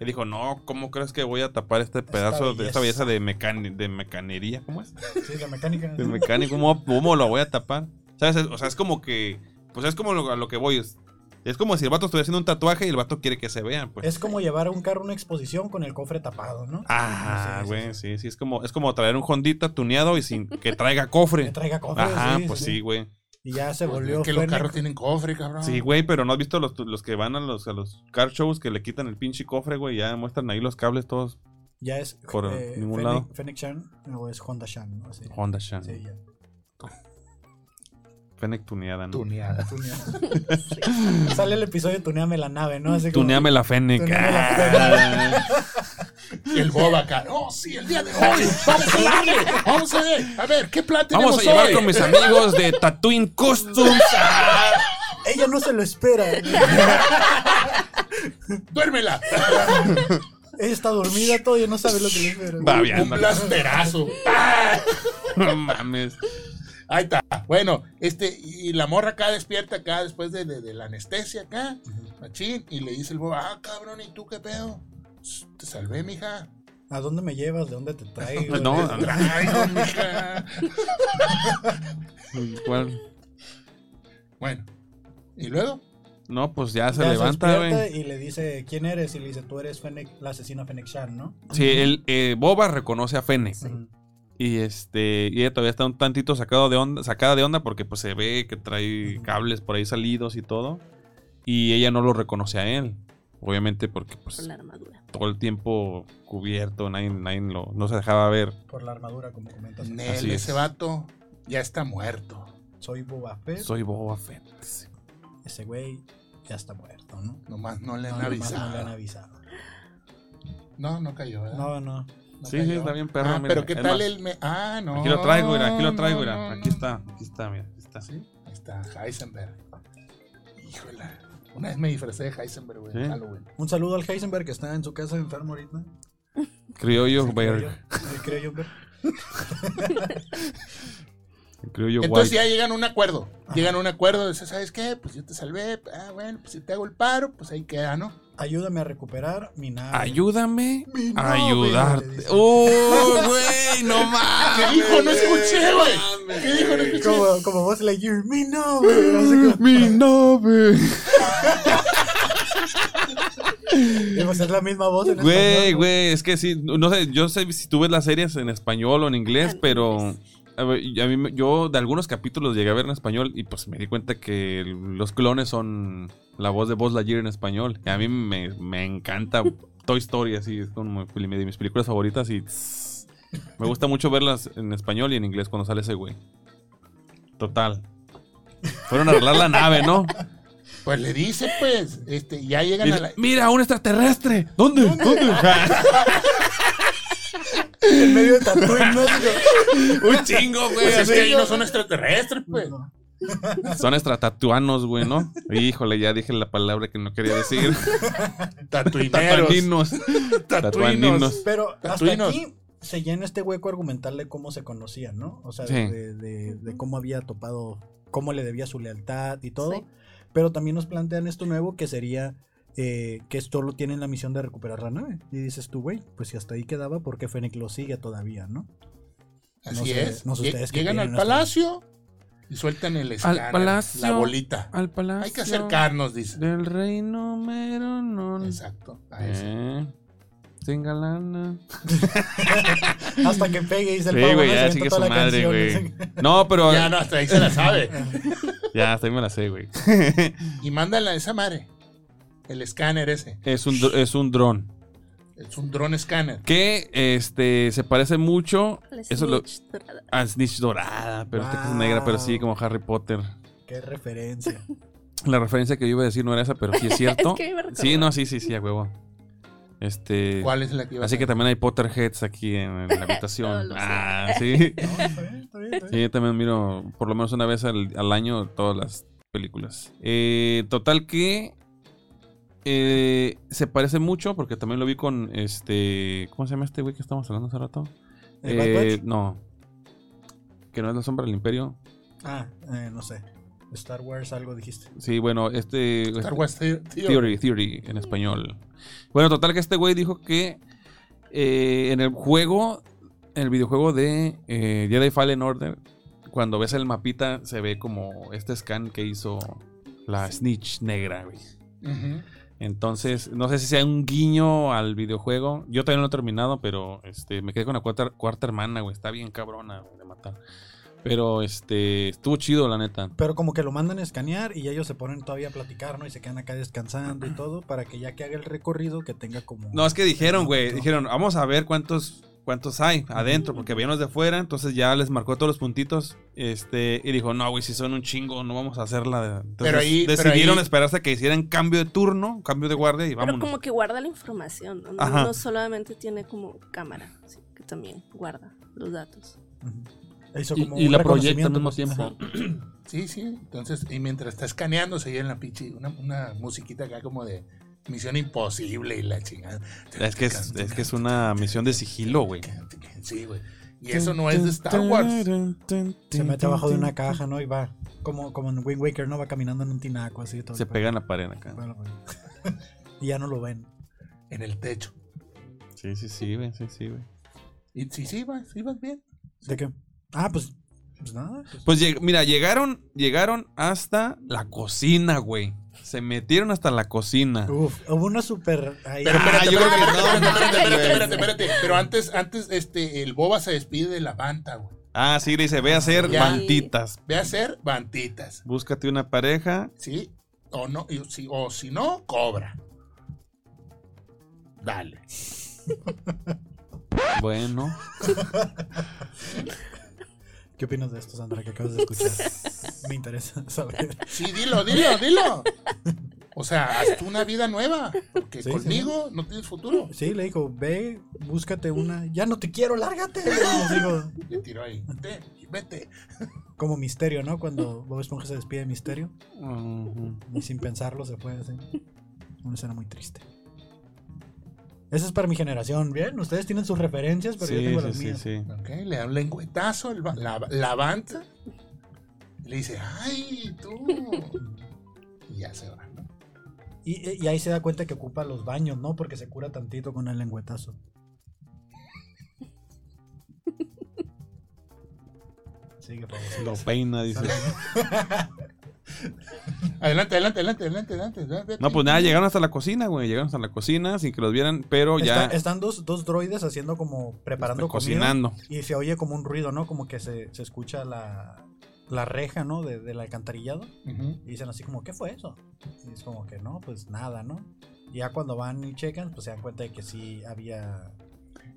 S1: Y dijo, no, ¿cómo crees que voy a tapar este pedazo de esta belleza de, mecani- de mecanería? ¿Cómo es?
S4: Sí, la mecánica.
S1: De mecánico, ¿cómo, cómo lo voy a tapar? ¿Sabes? Es- O sea, es como que. Pues es como lo, a lo que voy. Es, es como si el vato estuviera haciendo un tatuaje y el vato quiere que se vean, pues.
S4: Es como llevar a un carro a una exposición con el cofre tapado, ¿no?
S1: Ah,
S4: Sí, sí,
S1: güey, sí, sí. Es como, es como traer un Hondita tuneado y sin que traiga cofre.
S4: [LAUGHS] Que traiga cofre.
S1: Ajá, pues sí, güey.
S4: Y ya se
S2: Pues,
S4: volvió.
S2: es que los
S4: Fennec.
S2: carros tienen cofre, cabrón.
S1: Sí, güey, pero no has visto los, los que van a los, a los car shows que le quitan el pinche cofre, güey. Ya muestran ahí los cables todos.
S4: Ya es. eh,
S1: Por ningún
S4: Fennec-
S1: lado.
S4: Fennec Chan o es Honda Chan, ¿no? Así.
S1: Honda Shan.
S4: Sí, ya.
S1: Fennec tuneada, ¿no?
S2: Tuneada.
S4: Tunea. Sale el episodio de Tuneame la nave, ¿no? Así como-
S1: Tuneame la Fennec.
S4: Tuneame la
S1: Ah.
S2: Y el boba acá. No, sí, el día de hoy. Vamos a darle. Vamos a ver. A ver, ¿qué plan tenemos
S1: Vamos a llevar
S2: hoy?
S1: con mis amigos de Tatooine Customs.
S4: Ella no se lo espera.
S2: Duérmela.
S4: Ella está dormida todavía, no sabe lo que le espera.
S2: Un
S1: Babiando.
S2: blasterazo.
S1: [LAUGHS] No mames.
S2: Ahí está. Bueno, este, y la morra acá despierta acá después de, de- de la anestesia acá, machín, y le dice el boba, ah, cabrón, ¿y tú qué pedo? Sh, Te salvé, mija.
S4: ¿A dónde me llevas? ¿De dónde te traigo?
S1: [LAUGHS] No,
S4: ¿De-
S1: no,
S2: Traigo, mija.
S1: ¿cuál?
S2: Bueno, y luego,
S1: No, pues ya se
S4: Ya
S1: levanta,
S4: despierta
S1: güey.
S4: Y le dice, ¿quién eres? Y le dice, tú eres Fennec- la asesina Fennec Shan, ¿no?
S1: Sí, el eh, Boba reconoce a Fennec.
S4: Ujú.
S1: Y este, y ella todavía está un tantito sacado de onda, sacada de onda porque pues se ve que trae cables por ahí salidos y todo. Y ella no lo reconoce a él. Obviamente porque
S3: Con
S1: pues
S3: la armadura.
S1: todo el tiempo cubierto, nadie, nadie lo, no se dejaba ver.
S4: Por la armadura, como comentas.
S2: Nel,
S1: Así
S2: ese
S1: es.
S2: vato ya está muerto.
S4: Soy Boba Fett.
S1: Soy Boba Fett.
S4: Ese güey ya está muerto, ¿no?
S2: Nomás no le
S4: No,
S2: han
S4: nomás
S2: avisado.
S4: no le han avisado.
S2: No, no cayó, ¿verdad?
S4: No, no.
S2: No
S1: Sí,
S2: cayó.
S1: sí, está bien perro,
S2: Ah,
S1: mira.
S2: pero qué
S1: Es
S2: tal
S1: más,
S2: el... me- Ah, no.
S1: Aquí lo traigo, mira, aquí lo traigo,
S2: no,
S1: mira.
S2: no,
S1: Aquí
S2: no.
S1: está, aquí está, mira, aquí está.
S2: ¿Sí? Ahí está, Heisenberg. Híjole. Una vez me disfracé de Heisenberg, güey. en
S1: ¿Sí?
S2: Halloween.
S4: Un saludo al Heisenberg que está en su casa enfermo ahorita.
S1: Criollo
S4: Creo yo.
S1: Bear.
S4: Sí, creo yo, pero-
S1: Criollo
S2: Entonces
S1: White.
S2: ya llegan a un acuerdo. Llegan a un acuerdo. Dice, ¿sabes qué? Pues yo te salvé. Ah, bueno, pues si te hago el paro, pues ahí queda, ¿no?
S4: Ayúdame a recuperar mi nave.
S1: Ayúdame
S4: Mi
S1: a
S4: novia, le
S1: ayudarte.
S4: dice.
S1: ¡Oh, güey! ¡No mames!
S2: [LAUGHS] ¿Qué dijo? No escuché, güey. ¿Qué dijo? No escuché.
S4: Como, como vos like you, mi nave. Así como-
S1: ¡Mi novia!
S4: Y pues es la misma voz en
S1: Güey,
S4: español,
S1: güey, es que sí, no sé, yo sé si tú ves las series en español o en
S3: Ah,
S1: inglés,
S3: en
S1: pero
S3: inglés.
S1: a ver, y a mí me- yo de algunos capítulos llegué a ver en español y pues me di cuenta que los clones son la voz de Buzz Lightyear en español. Y a mí me, me encanta Toy Story, así es como mi- de mis películas favoritas y tss, me gusta mucho verlas en español y en inglés cuando sale ese güey. Total. Fueron a arreglar la nave, ¿no?
S2: Pues le dice, pues. Este, y ya llegan a
S1: Mira,
S2: la.
S1: mira, un extraterrestre. ¿Dónde? ¿Dónde? [LAUGHS]
S4: En medio de Tatooine, ¿no? Así
S1: un chingo, güey.
S2: Pues es
S1: así.
S2: que ahí no son extraterrestres,
S1: [LAUGHS]
S2: pues.
S4: como-
S1: Son extratatuanos, güey, ¿no? Híjole, ya dije la palabra que no quería
S4: [LAUGHS]
S1: decir.
S2: Tatuineros.
S1: Tatuaninos. Tatuaninos.
S4: Pero hasta
S2: Tatuinos.
S4: aquí se llena este hueco argumental de cómo se conocían, ¿no? O sea,
S1: Sí.
S4: de, de- de cómo había topado, cómo le debía su lealtad y todo.
S3: Sí.
S4: Pero también nos plantean esto nuevo que sería eh, que solo tienen la misión de recuperar la nave. Y dices tú, güey, pues si hasta ahí quedaba, ¿por qué Fennec lo sigue todavía, no?
S2: Así
S4: No sé-
S2: es.
S4: no sé
S2: Lle-
S4: ustedes qué
S2: llegan al
S4: opinan, este
S2: palacio y sueltan el escáner, la
S1: palacio.
S2: bolita.
S1: Al palacio.
S2: Hay que acercarnos, dice.
S1: Del reino mero no.
S2: Exacto. a eso.
S1: Eh. Tenga lana.
S4: Hasta que pegue y se
S1: Sí,
S4: pavo,
S1: güey, ya
S4: ¿no? Se avienta
S1: sigue su
S4: toda la
S1: madre,
S4: canción,
S1: güey.
S4: así.
S1: No, pero.
S2: Ya, no, hasta ahí se la sabe.
S1: Ya, hasta ahí me la sé, güey.
S2: Y mándala a esa madre. El escáner ese.
S1: es un, dr- es un dron.
S2: Es un dron escáner.
S1: Que este se parece mucho.
S3: La
S1: Eso lo.
S3: snitch dorada.
S1: A Snitch dorada, pero esta que es
S4: Wow.
S1: negra, pero sí, como Harry Potter. [LAUGHS]
S4: Qué referencia.
S1: La referencia que yo iba a decir no era esa, pero sí es cierto.
S3: [LAUGHS] Es que me recordó.
S1: sí, no, sí, sí, sí, a huevo. Este.
S2: ¿Cuál es la que iba a
S1: Así que
S2: hacer? [LAUGHS]
S1: también hay Potterheads aquí en, en la
S3: Todos
S1: habitación.
S3: los
S1: ah, sí.
S4: No, está bien, está bien.
S1: Sí, yo también miro por lo menos una vez al, al año todas las películas. Eh, total que eh, se parece mucho porque también lo vi con este. ¿Cómo se llama este güey que estamos hablando hace rato?
S4: ¿El Bad
S1: Eh,
S4: Batch?
S1: no. Que no es la sombra del imperio.
S4: Ah, eh, no sé. Star Wars algo dijiste.
S1: Sí, bueno, este.
S2: Star
S1: este-
S2: Wars Theory. Theory.
S1: Theory, Theory en español. Bueno, total que este güey dijo que eh, en el juego, en el videojuego de eh, Jedi Fallen Order, cuando ves el mapita se ve como este scan que hizo la snitch negra, güey.
S2: Ujú.
S1: Entonces, no sé si sea un guiño al videojuego. Yo también no lo he terminado, pero este, me quedé con la cuarta, cuarta hermana, güey. Está bien cabrona güey, de matar. Pero este, estuvo chido, la neta.
S4: Pero como que lo mandan a escanear y ellos se ponen todavía a platicar, ¿no? Y se quedan acá
S5: [CLEARS THROAT]
S4: descansando y todo para que ya que haga el recorrido que tenga como...
S1: No, es que dijeron, güey, dijeron, vamos a ver cuántos cuántos hay adentro, porque habían los de fuera, entonces ya les marcó todos los puntitos, este, y dijo, no, güey, si son un chingo, no vamos a hacerla. Entonces,
S2: Pero ahí- pero
S1: decidieron
S2: ahí-
S1: esperarse a que hicieran cambio de turno, cambio de guardia y
S3: Pero
S1: vámonos.
S3: como que guarda la información, ¿no? No,
S1: Ajá.
S3: no solamente tiene como cámara, sí, que también guarda los datos.
S4: Ujú. Hizo como
S5: Y, y
S4: un
S5: la proyecta al
S4: reconocimiento,
S5: mismo
S4: pues.
S5: tiempo.
S2: Sí, sí. Entonces, y mientras está escaneando, se oye en la pinche una, una musiquita acá como de Misión Imposible y la chingada.
S1: Es que es, es que es una misión de sigilo, güey.
S2: Sí, güey. Y eso no es de Star Wars.
S4: Se mete abajo de una caja, ¿no? Y va como, como en Wind Waker, ¿no? Va caminando en un tinaco así. Todo
S1: Se pega en la pared acá.
S4: Bueno, bueno. [LAUGHS] y ya no lo ven.
S2: En el techo.
S1: Sí, sí, sí, güey, sí, sí, güey.
S2: Y sí, sí, vas, sí, vas bien.
S4: ¿De qué? Ah, pues, pues nada. pues.
S1: Pues lleg- mira, llegaron, llegaron hasta la cocina, güey. Se metieron hasta la cocina.
S4: Uf, hubo una super... ahí-
S2: Pero
S4: Ah,
S2: espérate,
S1: yo creo
S2: espérate,
S1: que
S2: espérate,
S1: no,
S2: espérate,
S1: mames,
S2: espérate, espérate,
S1: güey.
S2: espérate, espérate. Pero antes, antes, este, el Boba se despide de la banta, güey.
S1: Ah, sí, le dice, ve a hacer
S2: Ya.
S1: banditas.
S2: Ve a hacer bantitas,
S1: Búscate una pareja.
S2: ¿sí? O no, y si, o si no, cobra. Dale.
S1: Bueno.
S4: ¿Qué opinas de esto, Sandra, que acabas de
S1: [LAUGHS]
S4: escuchar? Me interesa saber.
S2: Sí, dilo,
S4: [LAUGHS]
S2: dilo, dilo. O sea, hazte una vida nueva. Porque
S4: Sí, sí,
S2: conmigo no tienes futuro.
S4: Sí, le dijo, ve, búscate una. Ya no te
S1: [LAUGHS]
S4: quiero, lárgate. Nos dijo,
S2: Te tiro ahí. Vete, y vete.
S4: como misterio, ¿no? Cuando Bob Esponja se despide de misterio.
S1: Ujú.
S4: Y sin pensarlo se puede hacer. Una escena muy triste. Esa es para mi generación, ¿bien? Ustedes tienen sus referencias, pero yo
S1: Sí,
S4: tengo
S1: sí,
S4: las
S1: sí,
S4: mías.
S1: sí.
S2: Ok, le da un lengüetazo, el ba- la, la banta. Y le dice, ay, tú. Y ya se va, ¿no?
S4: Y, y ahí se da cuenta que ocupa los baños, ¿no? Porque se cura tantito con el lengüetazo. Sigue, por favor.
S1: Lo peina, dice.
S2: Adelante, adelante, adelante, adelante, adelante. ya, vete.
S1: No, pues nada, llegaron hasta la cocina, güey. Llegaron hasta la cocina sin que los vieran, pero Oh, ya
S4: Está- están dos, dos droides haciendo como preparando comida,
S1: cocinando.
S4: y se oye como un ruido, ¿no? Como que se, se escucha la, la reja, ¿no? De, del alcantarillado.
S2: Ujú.
S4: Y dicen así como, ¿qué fue eso? Y es como que no, pues nada, ¿no? Y ya cuando van y checan, pues se dan cuenta de que sí había...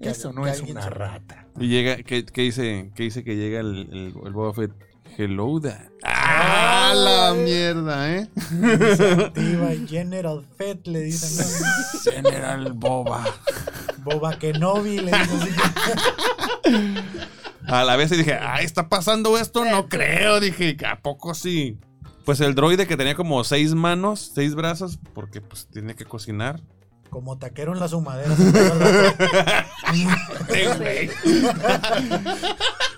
S4: que
S2: Eso
S4: al-
S2: no
S4: que
S2: es
S4: alguien
S2: una
S4: se-
S2: rata.
S4: [LAUGHS]
S1: Y llega, ¿qué, qué dice? ¿Qué dice que llega el, el, el Boba Fett? Hello there. ¡Ah, la mierda, eh!
S4: Activa
S1: [LAUGHS]
S4: General Fett, le dicen, ¿no?
S1: General Boba.
S4: Boba Kenobi, le dicen así.
S1: A la vez y dije, ah, está pasando esto, no creo. Dije, ¿a poco sí? Pues el droide que tenía como seis manos, seis brazos, porque pues tiene que cocinar.
S4: Como taquero en las sumaderas. se pegó
S1: [LAUGHS]
S4: la-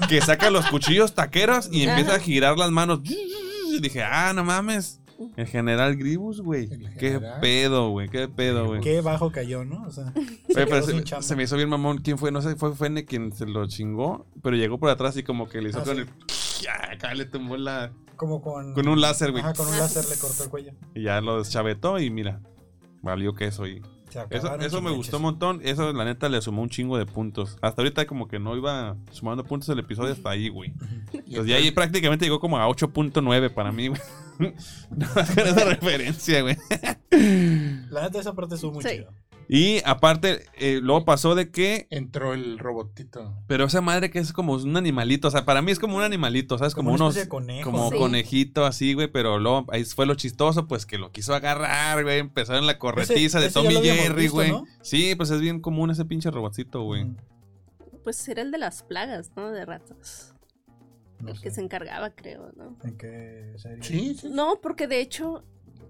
S1: que saca los cuchillos taqueros y empieza a girar las manos. Y dije, ah, no mames. El general Gribus, güey.
S2: El
S1: Qué
S2: general.
S1: pedo, güey. Qué pedo, güey.
S4: Qué bajo cayó, ¿no? O sea,
S1: Oye, pero
S4: quedó sin
S1: se,
S4: chamba.
S1: se me hizo bien mamón. ¿Quién fue? No sé, fue Fene quien se lo chingó, pero llegó por atrás y como que le hizo
S4: Ah,
S1: con
S4: sí.
S1: el. [LAUGHS] Ah, Acá le tumbó la.
S4: como con...
S1: Con un láser, güey.
S4: Ajá, con un láser le cortó el cuello.
S1: Y ya lo deschavetó y mira. Valió queso y.
S4: Se
S1: Eso,
S4: acabaron
S1: eso me
S4: sus
S1: gustó un
S4: leches.
S1: montón. Eso, la neta, le sumó un chingo de puntos. Hasta ahorita, como que no iba sumando puntos el episodio hasta ahí,
S4: [LAUGHS]
S1: güey. Entonces, ya ahí prácticamente llegó como a 8.9 para mí, güey. [LAUGHS] Nada más con esa referencia, güey.
S4: La neta, esa parte estuvo muy
S3: Sí.
S4: chida.
S1: Y aparte, eh, luego pasó de que.
S2: Entró el robotito.
S1: Pero esa madre que es como un animalito, o sea, para mí es como un animalito, ¿sabes? Como,
S4: Como una
S1: unos.
S4: especie de conejo.
S1: Como
S3: Sí.
S1: conejito así, güey, pero luego ahí fue lo chistoso, pues que lo quiso agarrar, güey. Empezaron la corretiza
S4: Ese-
S1: de
S4: ese ya
S1: Tommy
S4: lo habíamos
S1: Jerry,
S4: visto,
S1: güey.
S4: ¿no?
S1: Sí, pues es bien común ese pinche robotcito, güey.
S4: Mm.
S3: Pues era el de las plagas, ¿no? De ratas.
S4: No
S3: el que
S4: sé.
S3: se encargaba, creo, ¿no?
S4: ¿En qué serie?
S2: Sí, sí.
S3: No, porque de hecho,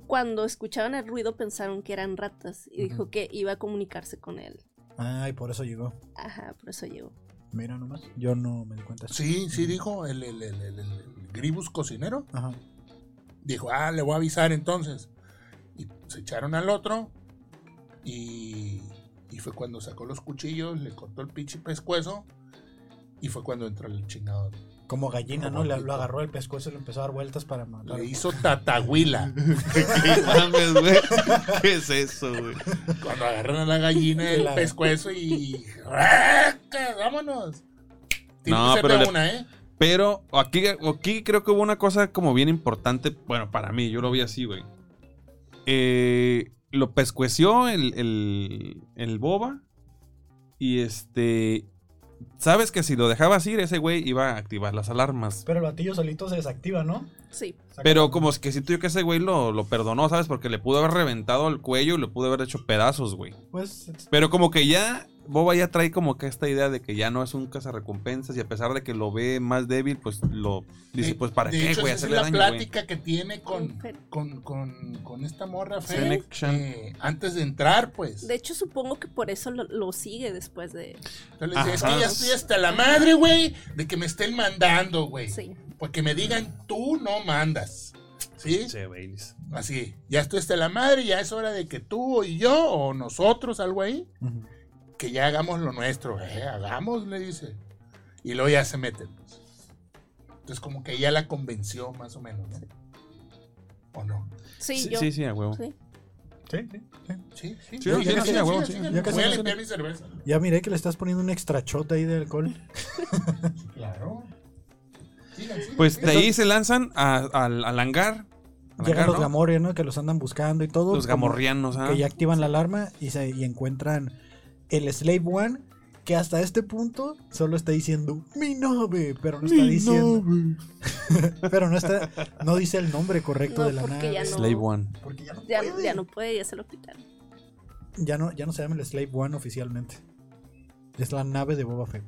S3: cuando escuchaban el ruido pensaron que eran ratas y dijo
S4: Ujú.
S3: que iba a comunicarse con él.
S4: Ay, por eso llegó.
S3: Ajá, por eso llegó.
S4: Mira nomás. Yo no me di cuenta.
S2: Sí, sí, dijo el, el- el- el- el Gribus cocinero.
S4: Ajá.
S2: Dijo, ah, le voy a avisar entonces. Y se echaron al otro. Y, y fue cuando sacó los cuchillos, le cortó el pinche pescuezo. Y fue cuando entró el chingado.
S4: Como gallina,
S2: Como
S4: ¿no? Le,
S2: gatito.
S4: lo agarró el pescuezo y le empezó a dar vueltas para matar.
S2: Le hizo tatahuila.
S1: [LAUGHS] ¿Qué mames, güey? ¿Qué es eso, güey?
S2: cuando agarran a la gallina el
S4: Claro.
S2: pescuezo y. ¡Raca! ¡Vámonos! Tiene
S1: No,
S2: que ser
S1: pero
S2: de
S1: le-
S2: una, ¿eh?
S1: Pero aquí, aquí creo que hubo una cosa como bien importante. Bueno, para mí, yo lo vi así, güey. Eh, lo pescueció el, el, el boba. Y este. Sabes que si lo dejabas ir, ese güey iba a activar las alarmas.
S4: Pero el batillo solito se desactiva, ¿no?
S3: Sí.
S4: Saca-
S1: Pero como es que siento yo que ese güey lo, lo perdonó, ¿sabes? Porque le pudo haber reventado el cuello y lo pudo haber hecho pedazos, güey.
S4: Pues es-
S1: Pero como que ya Boba ya trae como que esta idea de que ya no es un cazarrecompensas y a pesar de que lo ve más débil, pues lo dice,
S2: De-
S1: pues para
S2: de
S1: qué,
S2: hecho,
S1: güey,
S2: esa
S1: hacerle
S2: es
S1: daño,
S2: la
S1: güey.
S2: plática que tiene con,
S3: Fer.
S2: con, con, con esta morra Fer.
S1: Fennec Shan.
S2: eh, antes de entrar, pues.
S3: De hecho, supongo que por eso lo, lo sigue después de...
S2: Entonces le dice, es
S1: Ajá.
S2: que ya estoy hasta la madre, güey, de que me estén mandando, güey.
S3: Sí.
S2: Porque me digan, tú no mandas. ¿Sí?
S1: Che, Baileys.
S2: Así, ya estoy hasta la madre, ya es hora de que tú y yo o nosotros, algo ahí,
S4: Ujú.
S2: que ya hagamos lo nuestro, eh, hagamos, le dice. Y luego ya se meten. pues. Entonces como que ya la convenció más o menos, ¿no? ¿O no?
S3: Sí,
S1: Sí,
S3: yo.
S1: sí, sí, a huevo.
S3: Sí.
S4: Sí, sí, sí.
S2: Sí, sí.
S1: Sí, sí, sí, sí, a huevo, sí.
S4: Yo que
S2: Voy a
S4: sé,
S2: limpiar mi cerveza.
S4: Ya miré que le estás poniendo un extra shot ahí de alcohol.
S2: Claro. Sigan, sigan,
S1: Pues de
S2: sigan.
S1: ahí se lanzan a- al, al hangar. Al
S4: Llegan
S1: hangar,
S4: los
S1: ¿no?
S4: gamorrios, ¿no? Que los andan buscando y todo.
S1: Los
S4: como
S1: gamorrianos, ¿ah?
S4: Que ya activan la alarma y, se, y encuentran el Slave One. Que hasta este punto solo está diciendo mi nave, pero no está diciendo. Pero no está. No dice el nombre correcto
S3: No,
S4: de la
S3: porque
S4: nave.
S3: ya no-
S1: Slave One.
S4: Porque ya no,
S3: Ya,
S4: puede.
S3: ya no puede, ya se lo quitaron.
S4: Ya no, ya no se llama el Slave One oficialmente. Es la nave de Boba Fett.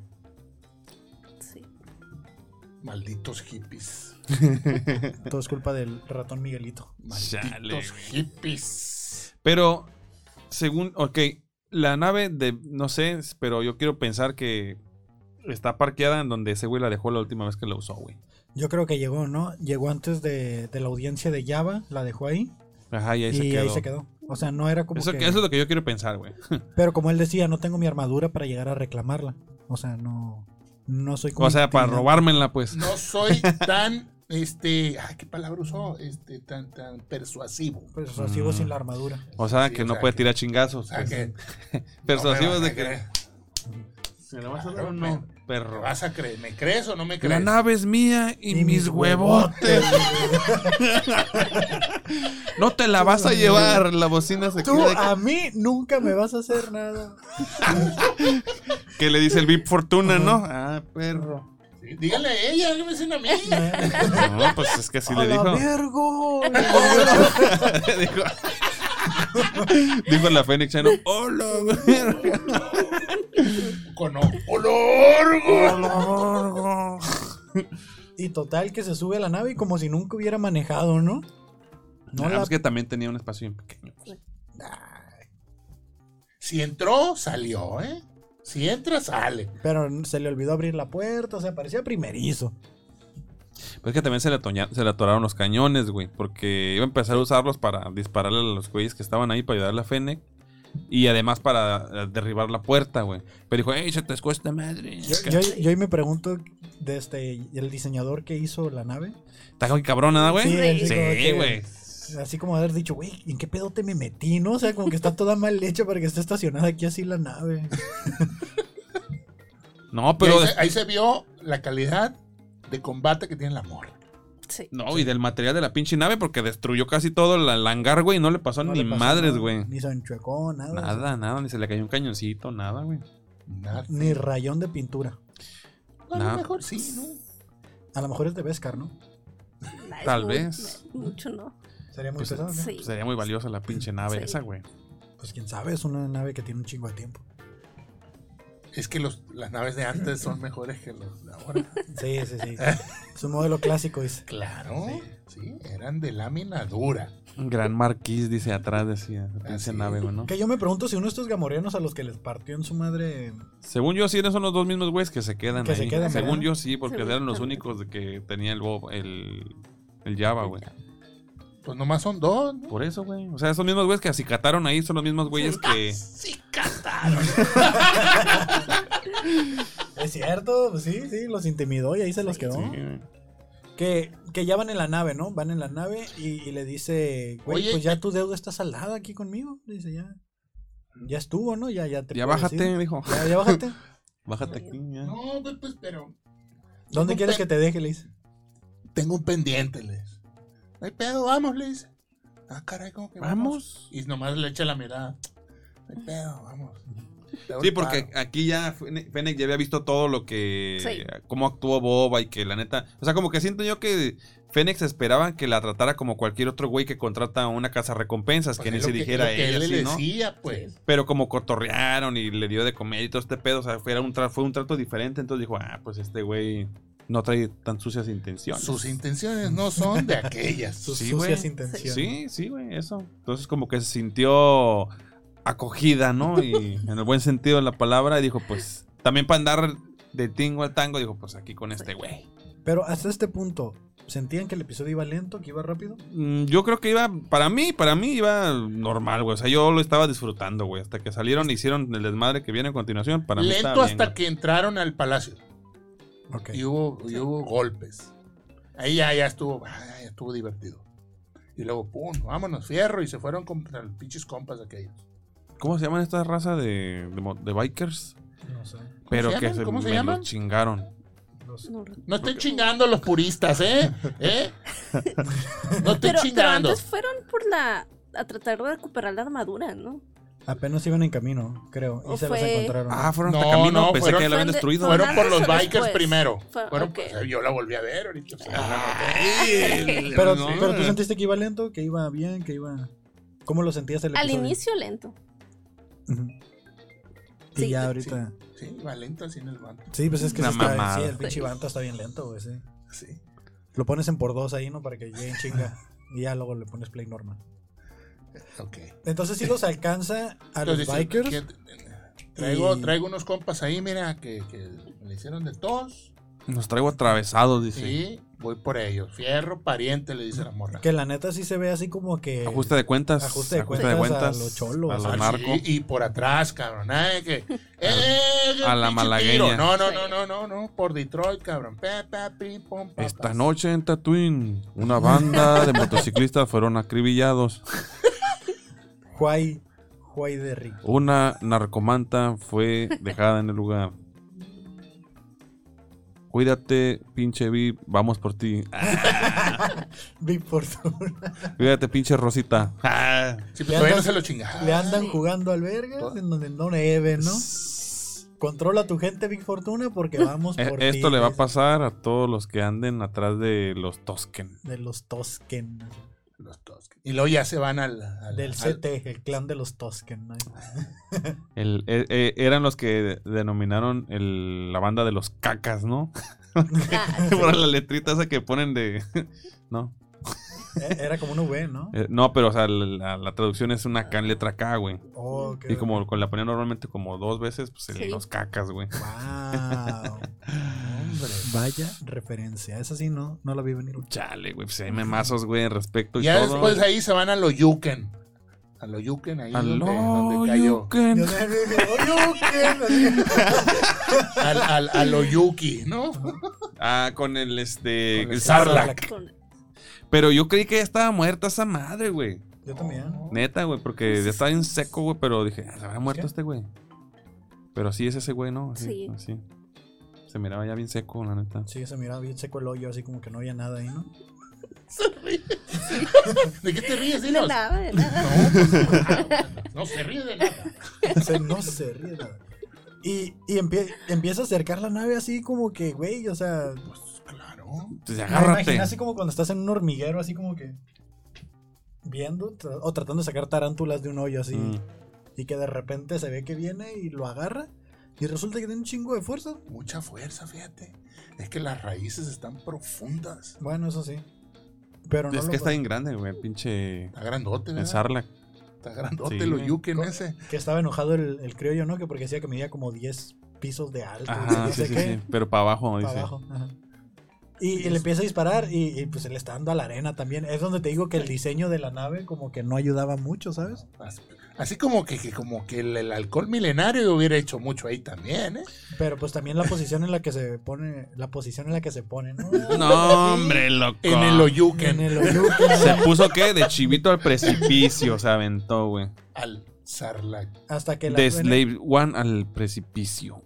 S3: Sí.
S2: Malditos hippies.
S4: Todo es culpa del ratón Miguelito.
S1: Chale,
S2: Malditos hippies.
S1: Pero, según, ok, la nave de, no sé, pero yo quiero pensar que está parqueada en donde ese güey la dejó la última vez que la usó, güey.
S4: Yo creo que llegó, ¿no? Llegó antes de, de la audiencia de Java, la dejó ahí
S1: Ajá, y ahí,
S4: y
S1: se, quedó.
S4: ahí se quedó. O sea, no era como
S1: Eso,
S4: que,
S1: que- eso es lo que yo quiero pensar, güey.
S4: Pero como él decía, no tengo mi armadura para llegar a reclamarla. O sea, no, no soy como...
S1: O sea, para
S4: intimidante.
S1: robármela, pues.
S2: No soy tan, este, ay, ¿qué palabra usó? Este, tan, tan persuasivo.
S4: Pues, o sea, sigo
S1: Mm.
S4: sin la armadura.
S1: O sea,
S2: Sí,
S1: que
S2: o
S1: no
S2: sea,
S1: puede
S2: que-
S1: tirar chingazos.
S2: O sea
S1: pues.
S2: que.
S1: Persuasivos
S2: no me
S1: de que.
S2: vas a
S1: ¿Se la vas a
S2: Claro,
S1: dar o no,
S2: creer. ¿Me
S1: perro?
S2: vas a creer? ¿Me crees o no me
S1: La
S2: crees?
S1: nave es mía y, mis huevotes. no te la vas a llevar. La bocina se
S4: Tú
S1: queda.
S2: ah.
S1: ahí.
S4: a mí nunca me vas a hacer nada.
S1: Que le dice el Big Fortuna, ¿no? Ah, perro.
S2: Sí, dígale a ella, que me dicen a mí.
S1: No,
S4: [LAUGHS]
S1: pues es que así
S4: ¡A
S1: le
S4: la
S1: dijo.
S4: Virgo!
S1: dijo. [LAUGHS] dijo la Fénix Chano. ¡Hola, güey!
S2: Con olor. güey.
S4: Y total que se sube a la nave y como si nunca hubiera manejado, ¿no? No
S1: No,
S4: la...
S1: es Ah, pues que también tenía un espacio bien pequeño.
S2: Si entró, salió, ¿eh? Si entra, sale.
S4: Pero se le olvidó abrir la puerta, o sea, parecía primerizo.
S1: Pues que también se le, atoña- se le atoraron los cañones, güey. Porque iba a empezar a usarlos para dispararle a los güeyes que estaban ahí para ayudar a la Fennec. Y además para eh, derribar la puerta, güey. Pero dijo, ¡ey, se te escó esta madre!
S4: Yo, yo, yo ahí me pregunto, desde el diseñador que hizo la nave,
S1: Está muy cabrón, ¿nada,
S4: Sí,
S1: Pues, güey?
S4: así
S1: Sí,
S4: como que-
S1: güey.
S4: así como haber dicho, güey, ¿en qué pedo te me metí? ¿No? O sea, como que está toda mal hecha para que esté estacionada aquí así la nave.
S1: Pues No,
S2: Pero
S1: pero. este
S2: ahí,
S1: des-
S2: se, ahí se vio la calidad de combate que tiene la morra.
S3: Sí.
S1: No, y del material de la pinche nave, porque destruyó casi todo la- el hangar, güey. Y no le pasó
S4: No
S1: ni
S4: le pasó
S1: madres,
S4: nada,
S1: güey.
S4: Ni se enchuecó, nada.
S1: Nada, nada, ni se le cayó un cañoncito, nada, güey.
S2: Nada.
S4: Ni rayón de pintura.
S2: A lo
S1: Nada.
S2: mejor sí, ¿no?
S4: A lo mejor es de Vescar, ¿no?
S3: Nah, es
S1: Mm, Tal
S3: muy-
S1: vez.
S3: nah, Mucho no.
S4: Sería muy
S1: Pues,
S4: pesado. ¿no?
S3: Sí.
S1: Pues sería muy valiosa la pinche nave
S3: Sí.
S1: esa, güey.
S4: Pues quién sabe, es una nave que tiene un chingo de tiempo.
S1: [LAUGHS]
S2: Es que los, las naves de antes son mejores que los de ahora.
S4: Sí, [LAUGHS] sí, sí. Su modelo clásico es.
S2: Claro. Sí, eran de lámina dura.
S1: Un gran marquís, dice atrás, decía.
S2: Así
S1: Dice
S2: es.
S1: nave, güey, ¿no?
S4: Que yo me pregunto si uno de estos gamoreanos a los que les partió en su madre.
S1: Según yo, sí, esos son los dos mismos güeyes que se quedan
S4: Que
S1: ahí.
S4: se quedan,
S1: Según
S4: ¿verdad?
S1: yo, sí, porque
S3: Según
S1: eran los
S3: también.
S1: únicos de que tenía el Bob, el, el Java, güey.
S2: Pues nomás son dos, ¿no?
S1: Por eso, güey. O sea, esos mismos güeyes que acicataron ahí son los mismos güeyes que.
S2: Sí, cantaron.
S4: Es cierto, pues sí, sí, los intimidó y ahí se los quedó.
S1: Sí, güey.
S4: Que, que ya van en la nave, ¿no? Van en la nave y, y le dice, güey,
S2: Oye,
S4: pues
S1: eh
S4: ya tu deuda está saldada aquí conmigo. Dice, ya. Ya estuvo, ¿no? Ya, ya te
S1: Ya
S4: puedes
S1: bájate,
S4: ir.
S1: dijo.
S4: Ya, ya
S1: [LAUGHS]
S4: bájate.
S1: Bájate aquí, ya.
S2: No, pues, pues, pero.
S4: ¿Dónde
S2: No
S4: quieres
S2: te-
S4: que te deje? Le dice.
S2: Tengo un pendiente, le dice. No hay pedo, vamos, le dice. Ah, caray, ¿cómo que
S1: Vamos.
S2: Y nomás le echa la mirada. No hay pedo, vamos. Te doy
S1: Sí, porque
S2: paro.
S1: aquí ya Fene- Fennec ya había visto todo lo que.
S3: Sí.
S1: Cómo actuó Boba y que la neta. O sea, como que siento yo que Fénix esperaba que la tratara como cualquier otro güey que contrata a una casa recompensas,
S2: Pues
S1: que ni
S2: es lo
S1: se dijera
S2: es lo que
S1: ella,
S2: él
S1: así,
S2: le
S1: ¿no?
S2: decía, pues.
S1: Pero como cotorrearon y le dio de comer y todo este pedo, o sea, fue era un, tra- fue un trato diferente. Entonces dijo, ah, pues este güey no trae tan sucias intenciones.
S2: Sus intenciones no son de aquellas.
S4: Sus
S1: Sí,
S4: sucias
S1: güey.
S4: intenciones.
S1: Sí, sí, güey, eso. Entonces como que se sintió acogida, ¿no?
S2: [LAUGHS]
S1: Y en el buen sentido de la palabra, y dijo, pues, también para andar de tingo al tango, dijo, pues aquí con este güey.
S4: Pero hasta este punto, ¿sentían que el episodio iba lento, que iba rápido?
S1: Mm, Yo creo que iba, para mí, para mí iba normal, güey. O sea, yo lo estaba disfrutando, güey. Hasta que salieron e hicieron el desmadre que viene a continuación. Para mí
S2: [LAUGHS] Lento
S1: estaba bien,
S2: hasta
S1: güey.
S2: que entraron al palacio.
S4: Ok.
S2: Y hubo, y hubo golpes. Ahí ya, ya estuvo, ah, ya estuvo divertido. Y luego, pum, vámonos, fierro. Y se fueron contra los pinches compas aquellos.
S1: ¿Cómo se llaman esta raza de, de, mo- de bikers?
S4: No sé.
S1: Pero
S2: se
S1: que
S2: llaman?
S1: se,
S2: ¿Cómo se
S1: me
S2: llaman?
S1: los chingaron.
S4: No sé.
S3: No recuerdo.
S2: No estén chingando los puristas, ¿eh? ¿Eh? No estén
S3: Pero, pero
S2: chingando.
S3: antes fueron por la. a tratar de recuperar la armadura, ¿no?
S4: Apenas iban en camino, creo. Y
S3: O
S4: se los
S3: fue-
S4: encontraron.
S1: Ah, fueron hasta
S2: No,
S1: camino.
S2: no,
S1: Pensé
S2: fueron-
S1: que lo habían
S3: Fueron de-
S1: destruido.
S2: Fueron por
S3: antes
S2: los
S3: o
S2: bikers
S3: después?
S2: primero.
S3: Fue-
S2: Fueron,
S3: ok.
S2: por- yo la volví a ver ahorita. pues,
S1: Ay,
S4: pero,
S1: no.
S4: pero tú sentiste que iba lento, que iba bien, que iba. ¿Cómo lo sentías el
S3: Al
S4: episodio?
S3: inicio
S1: [LAUGHS]
S3: lento.
S4: Ujú. Y
S3: Sí.
S4: ya ahorita.
S2: Sí, va lento así en el banco.
S4: Sí, pues es que
S1: Una
S4: sí, está-
S1: mamada.
S4: sí, el pinche Banta está bien lento, güey, sí.
S2: Sí.
S4: Lo pones en por dos ahí, ¿no? Para que llegue en
S1: [LAUGHS]
S4: chinga. Y ya luego le pones play normal.
S2: Ok.
S4: Entonces sí los alcanza a
S2: Entonces,
S4: los
S2: dice,
S4: bikers.
S2: que- Traigo,
S4: Y-
S2: traigo unos compas ahí, mira, que, que le hicieron de tos.
S1: Nos traigo atravesados, dice.
S2: Sí, voy por ellos. Fierro, pariente, le dice la morra.
S4: Que la neta sí se ve así como que.
S1: Ajuste de cuentas.
S4: Ajuste de cuentas a los cholos.
S1: A los
S2: Ah,
S1: narcos.
S2: sí, y por atrás, cabrón. Ay, que, eh,
S1: A la
S2: pinche
S1: malagueña.
S2: tiro. No, no,
S3: Sí.
S2: no, no, no, no. Por Detroit, cabrón. Pa, pa, pim, pum, pa,
S1: Esta
S2: pa.
S1: noche en Tatooine, una banda de motociclistas fueron acribillados.
S4: Huay. Huay de Rick.
S1: Una narcomanta fue dejada en el lugar. Cuídate, pinche VIP, vamos por ti.
S4: Big Fortuna.
S1: Cuídate, pinche Rosita.
S2: Sí, pues,
S4: Ah. Le
S2: todavía
S4: andan-
S2: no se lo chingaron.
S4: Le andan jugando al
S1: Pues.
S4: vergas en donde no debe, ¿no? Controla a tu gente, Big Fortuna, porque vamos
S1: E-
S4: por
S1: Esto
S4: ti,
S1: le va a
S2: pues.
S4: dice,
S1: pasar a todos los que anden atrás de los Tosken.
S4: De los Tosken.
S2: Los Tusken. Y luego ya se van al. al-
S4: Del
S2: al-
S4: CT, el clan de los Tosken. ¿no?
S1: El- e- e- eran los que denominaron el- la banda de los cacas, ¿no? [LAUGHS]
S3: Ah,
S1: Por la letrita esa que ponen de... [LAUGHS] No,
S4: Eh, Era como un V, ¿no?
S1: eh, no pero o sea, la, la traducción es una K, letra K, güey.
S4: Oh, qué-
S1: Y como con la ponían normalmente como dos veces, pues el-
S3: Sí.
S1: los cacas, güey. [LAUGHS]
S4: Wow.
S2: Hombre.
S4: Vaya referencia. Esa sí no, no la vi venir.
S1: Chale, güey, pues hay memazos, güey, al respecto y
S2: Ya
S1: Pues todo.
S2: después ahí se van a lo Yuken. A lo Yuken ahí
S1: Aló,
S2: donde, donde cayó.
S1: Yuken.
S4: Yo también dije, "Oye, ¿qué?"
S2: Al, al- a lo Yuki, ¿no?
S1: Ah, con el este.
S2: Con
S1: el
S2: el
S1: Sarlacc.
S4: Sarlacc.
S3: con-
S1: Pero yo creí que ya estaba muerta esa madre, güey.
S4: Yo también.
S1: Neta, güey, porque ya estaba en seco, güey, pero dije, "Ah, se habrá muerto
S4: ¿Qué?
S1: este güey. Pero sí es ese güey, ¿no? Así,
S3: Sí.
S1: así. Se miraba ya bien seco, la neta.
S4: Sí, se miraba bien seco el hoyo, así como que no había nada ahí, ¿no?
S2: Se ríe. ¿De
S3: [LAUGHS]
S2: qué te ríes?
S3: De
S2: Dinos.
S3: nada, de nada.
S2: No, pues, no se ríe de nada. [LAUGHS]
S4: Se- no se ríe nada. Y, y empie- empieza a acercar la nave así como que, güey, o sea...
S2: Pues claro.
S1: Entonces,
S4: Me
S1: agárrate.
S4: imaginé así como cuando estás en un hormiguero, así como que... Viendo tra- o tratando de sacar tarántulas de un hoyo así.
S1: Mm.
S4: Y que de repente se ve que viene y lo agarra. Y resulta que tiene un chingo de fuerza.
S2: Mucha fuerza, fíjate. Es que las raíces están profundas.
S4: Bueno, eso sí. Pero no
S1: es
S4: lo
S1: que está
S4: con-
S1: bien grande, güey. Pinche.
S2: Está grandote,
S1: En
S2: ¿verdad?
S1: Sarlac.
S2: Está grandote
S1: Sí.
S2: lo yuken ese.
S4: que estaba enojado el, el criollo, ¿no? Que porque decía que medía como 10 pisos de alto.
S1: Ajá,
S4: no
S1: sí,
S4: sé
S1: sí,
S4: qué,
S1: sí. Pero para abajo,
S4: para
S1: dice.
S4: abajo. Ajá. Y, y le empieza a disparar y, y, pues se le está dando a la arena también. Es donde te digo que el diseño de la nave como que no ayudaba mucho, ¿sabes?
S2: Así- Así como que, que como que el, el alcohol milenario hubiera hecho mucho ahí también, ¿eh?
S4: Pero pues
S1: [LAUGHS]
S4: también la posición en la que se pone, la posición en la que se pone, ¿no?
S1: [LAUGHS] No, hombre, loco.
S2: En el
S4: en
S2: Oyuken.
S4: el Oyuken,
S1: Se puso que de chivito al precipicio se aventó, güey.
S2: Al Sarlac.
S1: Pues,
S4: hasta que la
S1: De Slave One al precipicio.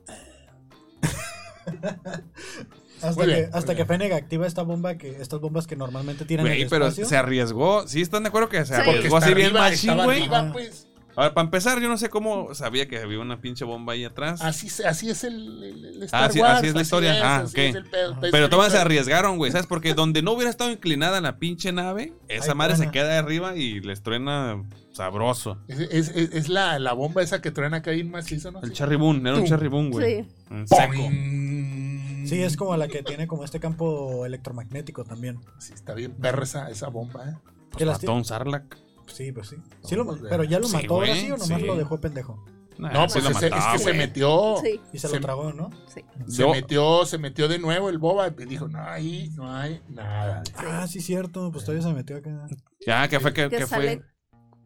S4: hasta,
S2: Muy
S4: que,
S2: bien, muy
S4: hasta que
S2: bien.
S4: Fennec activa esta bomba que estas bombas que normalmente tiran en
S1: Güey,
S4: el
S1: pero
S4: espacio.
S1: se arriesgó. ¿Sí están de acuerdo que se
S3: Sí. Porque
S1: arriesgó así bien machín,
S2: estaba
S1: güey?
S2: arriba, pues.
S1: A ver, para empezar, yo no sé cómo sabía que había una pinche bomba ahí atrás.
S2: Así, se- así es el, el- el Star
S1: Así-
S2: Wars,
S1: así es la historia. Ah,
S2: así
S1: ok.
S2: es el pedo. Pues,
S1: Pero todas se
S2: ahorita-
S1: arriesgaron, güey, ¿sabes? Porque donde no hubiera estado inclinada la pinche nave, esa
S4: Ahí
S1: madre se
S4: truena.
S1: queda ahí arriba y les truena sabroso.
S2: Es, es- es- es la, la bomba esa que traen acá bien macizo, ¿no?
S1: El
S2: Así.
S1: cherry boom, era un
S2: Tú.
S1: cherry boom, güey. Ah,
S3: Sí.
S1: Un Seco.
S2: ¡Pum!
S4: Sí, es como la que tiene como este campo electromagnético también.
S2: Sí, está bien perra esa, esa bomba, ¿eh?
S4: Que
S1: Pues
S4: las
S1: mató a un Sarlacc.
S4: Sí, pues sí. Sí lo-
S2: pues,
S4: pero ya lo
S1: sí,
S4: mató ahora
S1: güey,
S4: sí o nomás
S1: sí.
S4: lo dejó pendejo.
S2: No, pues
S1: Ah, lo
S2: ese-
S1: mató,
S2: es que se
S1: güey.
S2: metió.
S3: Sí,
S4: Y se,
S2: Se-
S4: lo tragó, ¿no?
S3: sí.
S2: Se
S1: Yo-
S2: metió, se metió de nuevo el boba y dijo, no, ahí no hay nada.
S4: Ah, sí, cierto. Pues todavía se metió acá.
S1: Ya, que fue que,
S3: Que
S1: que
S3: sale
S1: fue.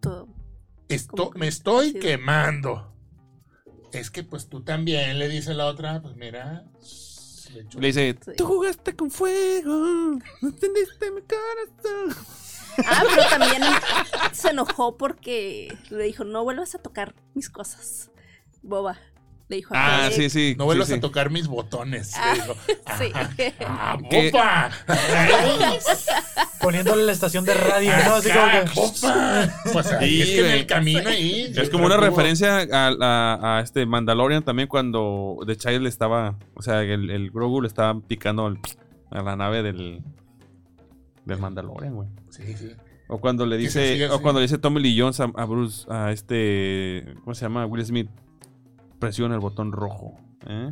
S3: todo.
S2: Esto,
S3: Como que-
S2: me estoy
S3: sí.
S2: quemando. Es que pues tú también, le dice la otra, pues mira. s- le echó-
S1: Le dice,
S3: Sí.
S1: tú jugaste con fuego. No entendiste mi corazón.
S3: Ah, pero también [LAUGHS] se enojó porque le dijo, no vuelvas a tocar mis cosas. Boba. Le dijo a
S1: Ah,
S3: Fennec.
S1: sí, sí.
S2: no
S1: sí,
S2: vuelvas
S1: sí.
S2: a tocar mis botones.
S3: Ah,
S2: le dijo.
S3: [LAUGHS] Sí.
S2: Ah,
S1: ¿Qué?
S2: bopa.
S4: [LAUGHS] Poniéndole la estación de radio, ¿no? Así como
S2: [LAUGHS] Ah,
S1: [LAUGHS]
S4: que.
S2: bopa. Pues ahí
S1: Sí,
S2: es que en
S1: güey.
S2: el camino ahí.
S1: Es como una
S2: Estuvo-
S1: referencia a, a- a este Mandalorian también cuando The Child le estaba. O sea, el, el Grogu le estaba picando al- a la nave del. Del Mandalorian, güey.
S2: Sí, sí.
S1: O cuando le
S2: Que
S1: dice,
S2: se siga
S1: o
S2: así.
S1: cuando le dice Tommy Lee Jones a, a Bruce, a este, ¿cómo se llama? Will Smith, presiona el botón rojo, ¿eh?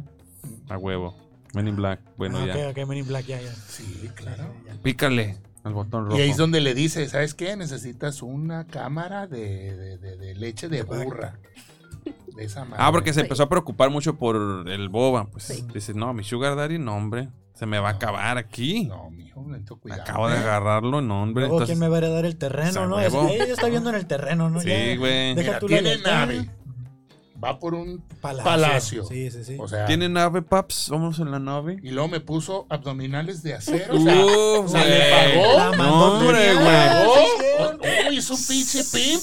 S1: A huevo. Men in Black, bueno
S4: ah,
S1: ya.
S4: Ok, ok, Men in Black, ya, ya.
S2: Sí, claro.
S1: Pícale al botón rojo.
S2: Y ahí es donde le dice, ¿sabes qué? Necesitas una cámara de, de- de- de leche de burra. De esa madre.
S1: Ah, porque se
S3: Sí.
S1: empezó a preocupar mucho por el boba, pues.
S3: Sí.
S1: Dice, no, mi sugar daddy, no, hombre, se me va a acabar aquí.
S2: No, mijo, necesito cuidado.
S1: Acabo de agarrarlo, no, hombre.
S4: Luego,
S1: Entonces,
S4: ¿quién me va a heredar el terreno,
S1: Esa
S4: no?
S1: huevo.
S4: Es- ella está viendo en el terreno, ¿no?
S1: Sí,
S4: Ya,
S1: güey.
S4: Deja
S2: Mira,
S4: tú la
S2: tiene
S4: libertad.
S2: nave. Va por un.
S4: Palacio.
S2: Palacio.
S4: Sí, sí, sí.
S2: O sea.
S1: ¿Tiene nave, paps? Vamos en la nave.
S2: Y luego me puso abdominales de acero. o sea,
S1: Uh,
S2: ¿se le
S1: güey.
S2: pagó?
S4: La
S1: No,
S4: mandó
S1: hombre,
S4: tener.
S1: güey.
S2: ¡Oh! ¡Uy, es un pinche pimp!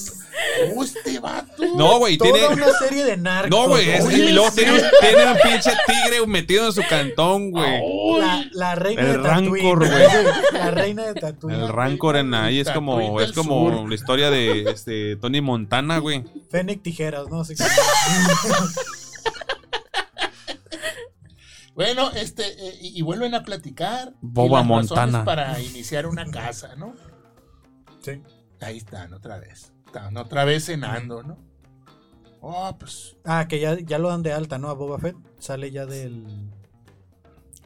S2: ¡Uy, este vato!
S1: No, güey,
S4: Toda
S1: tiene...
S4: una serie de narcos.
S1: No, güey, es-
S2: Oye,
S1: y luego
S2: sí. Ah,
S1: tiene, un- tiene un pinche tigre metido en su cantón, güey.
S2: Uy,
S4: La, la reina
S1: El
S4: de Tatooine.
S1: rancor, güey.
S4: Sí, La reina de Tatooine.
S1: El rancor en ahí es como,
S2: Tatooine
S1: es
S2: del
S1: como
S2: sur.
S1: la historia de este Tony Montana, güey.
S4: Fennec Tijeras,
S1: [LAUGHS]
S4: ¿no? Así que-
S2: Bueno, este, eh, y, y vuelven a platicar. y
S1: Boba
S2: las razones
S1: Montana.
S2: Para iniciar una casa, ¿no?
S4: sí.
S2: Ahí están, otra vez. Están otra vez cenando, ¿no? Oh, pues.
S4: Ah, que ya, ya lo dan de alta, ¿no? A Boba Fett. Sale ya del.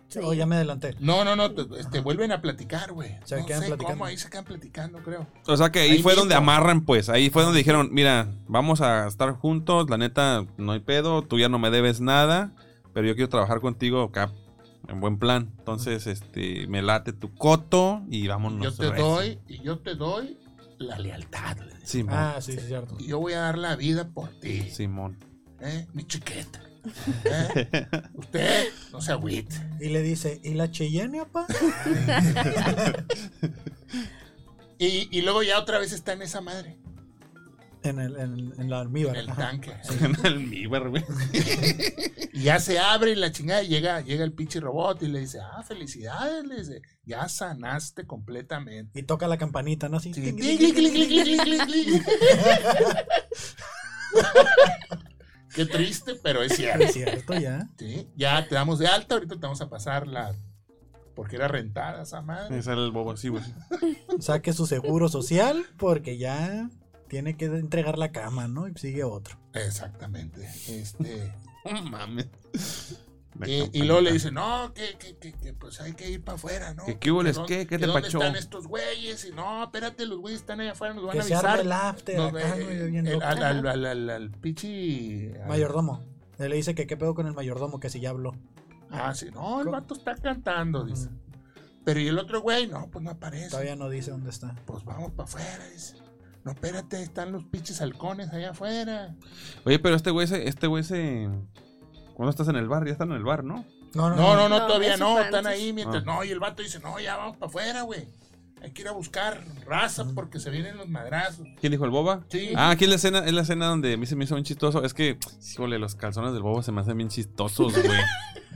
S3: Sí.
S4: Oh, ya me adelanté.
S2: No, no, no, te- este, vuelven a platicar, güey.
S4: Se
S2: no
S4: quedan
S2: sé
S4: platicando.
S2: cómo, ahí se quedan platicando, creo.
S1: O sea que ahí,
S2: Ahí
S1: fue
S2: mismo.
S1: donde amarran, pues. Ahí fue donde dijeron, mira, vamos a estar juntos, la neta, no hay pedo, tú ya no me debes nada, pero yo quiero trabajar contigo acá en buen plan. Entonces, este, me late tu coto y vámonos.
S2: yo te
S1: recio.
S2: doy, y yo te doy la lealtad, le dice.
S1: Simón,
S4: Ah, sí, sí, cierto.
S2: Y yo voy a dar la vida por ti,
S1: Simón. [LAUGHS]
S2: ¿eh? Mi chiqueta. ¿eh? Usted no se agüite.
S4: Y le dice, ¿y la
S2: [LAUGHS]
S4: Cheyenne, papá?
S2: Y, y luego ya otra vez está en esa madre,
S4: En, el, en, en la
S2: en
S4: almíbar.
S2: el
S4: ajá.
S2: tanque.
S1: En el Miber, güey.
S2: Y ya se abre y la chingada y llega, llega el pinche robot y le dice, ah, felicidades, le dice, ya sanaste completamente.
S4: Y toca la campanita, ¿no? Así.
S2: Sí.
S4: ting, ting, ting, ting, ting.
S2: Qué triste, pero es cierto.
S4: Es cierto,
S2: [LAUGHS]
S4: ya.
S2: Sí, Ya te damos de alta, ahorita te vamos a pasar la. Porque era rentada esa madre.
S1: Ese era el bobo, sí, güey. [LAUGHS]
S4: Saque su seguro social porque ya tiene que entregar la cama, ¿no? Y sigue otro.
S2: Exactamente. Este.
S1: No mames. La
S2: Y, y
S1: campanita.
S2: luego le dice, no, que, que, que, que, pues hay que ir para afuera, ¿no?
S1: ¿Que qué hubo, les
S2: dónde-
S1: qué? ¿Qué
S2: que
S1: te
S2: dónde
S1: pachó?
S2: están estos güeyes? Y no, espérate, los güeyes están allá afuera, nos van a
S4: Que se
S2: avisar.
S4: arme el after
S2: No,
S4: acá,
S2: eh,
S4: güey, bien
S2: el-
S4: loco.
S2: al, al, al, al, al pichi. al-
S4: Mayordomo. Él le dice que qué pedo con el mayordomo, que si ya habló.
S2: Ah, sí, no, el vato está cantando, dice. Pero y el otro güey, no, pues no aparece.
S4: Todavía no dice dónde está.
S2: Pues vamos para afuera, dice. No, espérate, están los pinches halcones allá afuera.
S4: Ah.
S1: Oye, pero este güey se. Este güey se. ¿Cuándo estás en el bar? Ya están en el bar, ¿no?
S4: No, no,
S2: No, no, no,
S3: No,
S2: todavía
S3: eso
S2: no,
S3: fue
S2: están
S3: antes.
S2: ahí mientras.
S1: Ah.
S2: No, y el vato dice, no, ya vamos para afuera, güey. Hay que ir a buscar raza porque se vienen los madrazos.
S1: ¿Quién dijo el boba?
S2: Sí.
S1: Ah, aquí es la escena, es la escena donde a mí se me hizo bien chistoso. Es que, híjole, los calzones del boba se me hacen bien chistosos, güey.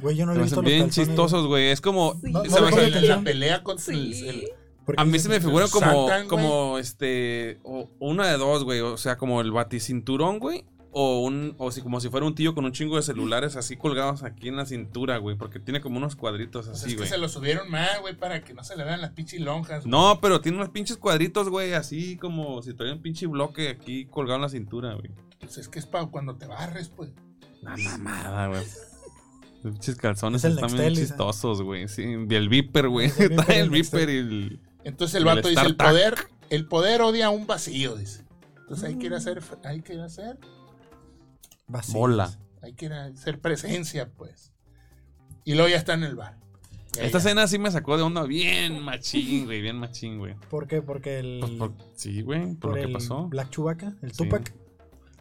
S4: Güey, yo
S1: se
S4: no lo he
S1: me hacen
S4: visto los
S1: bien
S4: calzones,
S1: chistosos, güey. Es como.
S3: Sí.
S4: No,
S1: se
S4: no
S1: me
S4: le pongo
S1: hace-
S2: la, la
S4: atención.
S2: pelea con el- el-
S3: Sí.
S4: porque
S1: a mí se
S4: dicen
S1: me
S4: que-
S1: figuran como,
S2: saltan, güey.
S1: como este, o o una de dos, güey. O sea, como el baticinturón, güey. O un, o si como si fuera un tío con un chingo de celulares así colgados aquí en la cintura, güey. Porque tiene como unos cuadritos
S2: Pues
S1: así,
S2: es que
S1: güey.
S2: se lo subieron mal, güey, para que no se le vean las pinches lonjas.
S1: No, pero tiene unos pinches cuadritos, güey, así como si tuviera un pinche bloque aquí colgado en la cintura, güey.
S2: Pues es que es para cuando te barres, pues.
S1: Una mamada, güey. Los pinches calzones
S4: Es el
S1: están bien
S4: Nextel, esa.
S1: chistosos, güey. Sí, y el Viper, güey.
S4: Es el Viper
S1: Está
S4: y
S1: el
S4: el
S1: Viper
S4: Nextel.
S1: y el...
S2: Entonces el
S1: Y el
S2: vato dice, el
S1: StarTAC.
S2: poder, el poder odia un vacío, dice. Entonces hay que ir a hacer, hay que ir a hacer,
S4: vacíos.
S1: Mola.
S2: hay que ir a hacer presencia, pues. Y luego ya está en el bar. Y ahí
S1: Esta
S2: ya.
S1: escena sí me sacó de onda bien machín, güey. Bien machín, güey.
S4: ¿Por qué? Porque el.
S1: Pues por- sí, güey, por,
S4: por
S1: lo
S4: el
S1: que pasó.
S4: Black Chewbacca, el
S1: Sí.
S4: Tupac.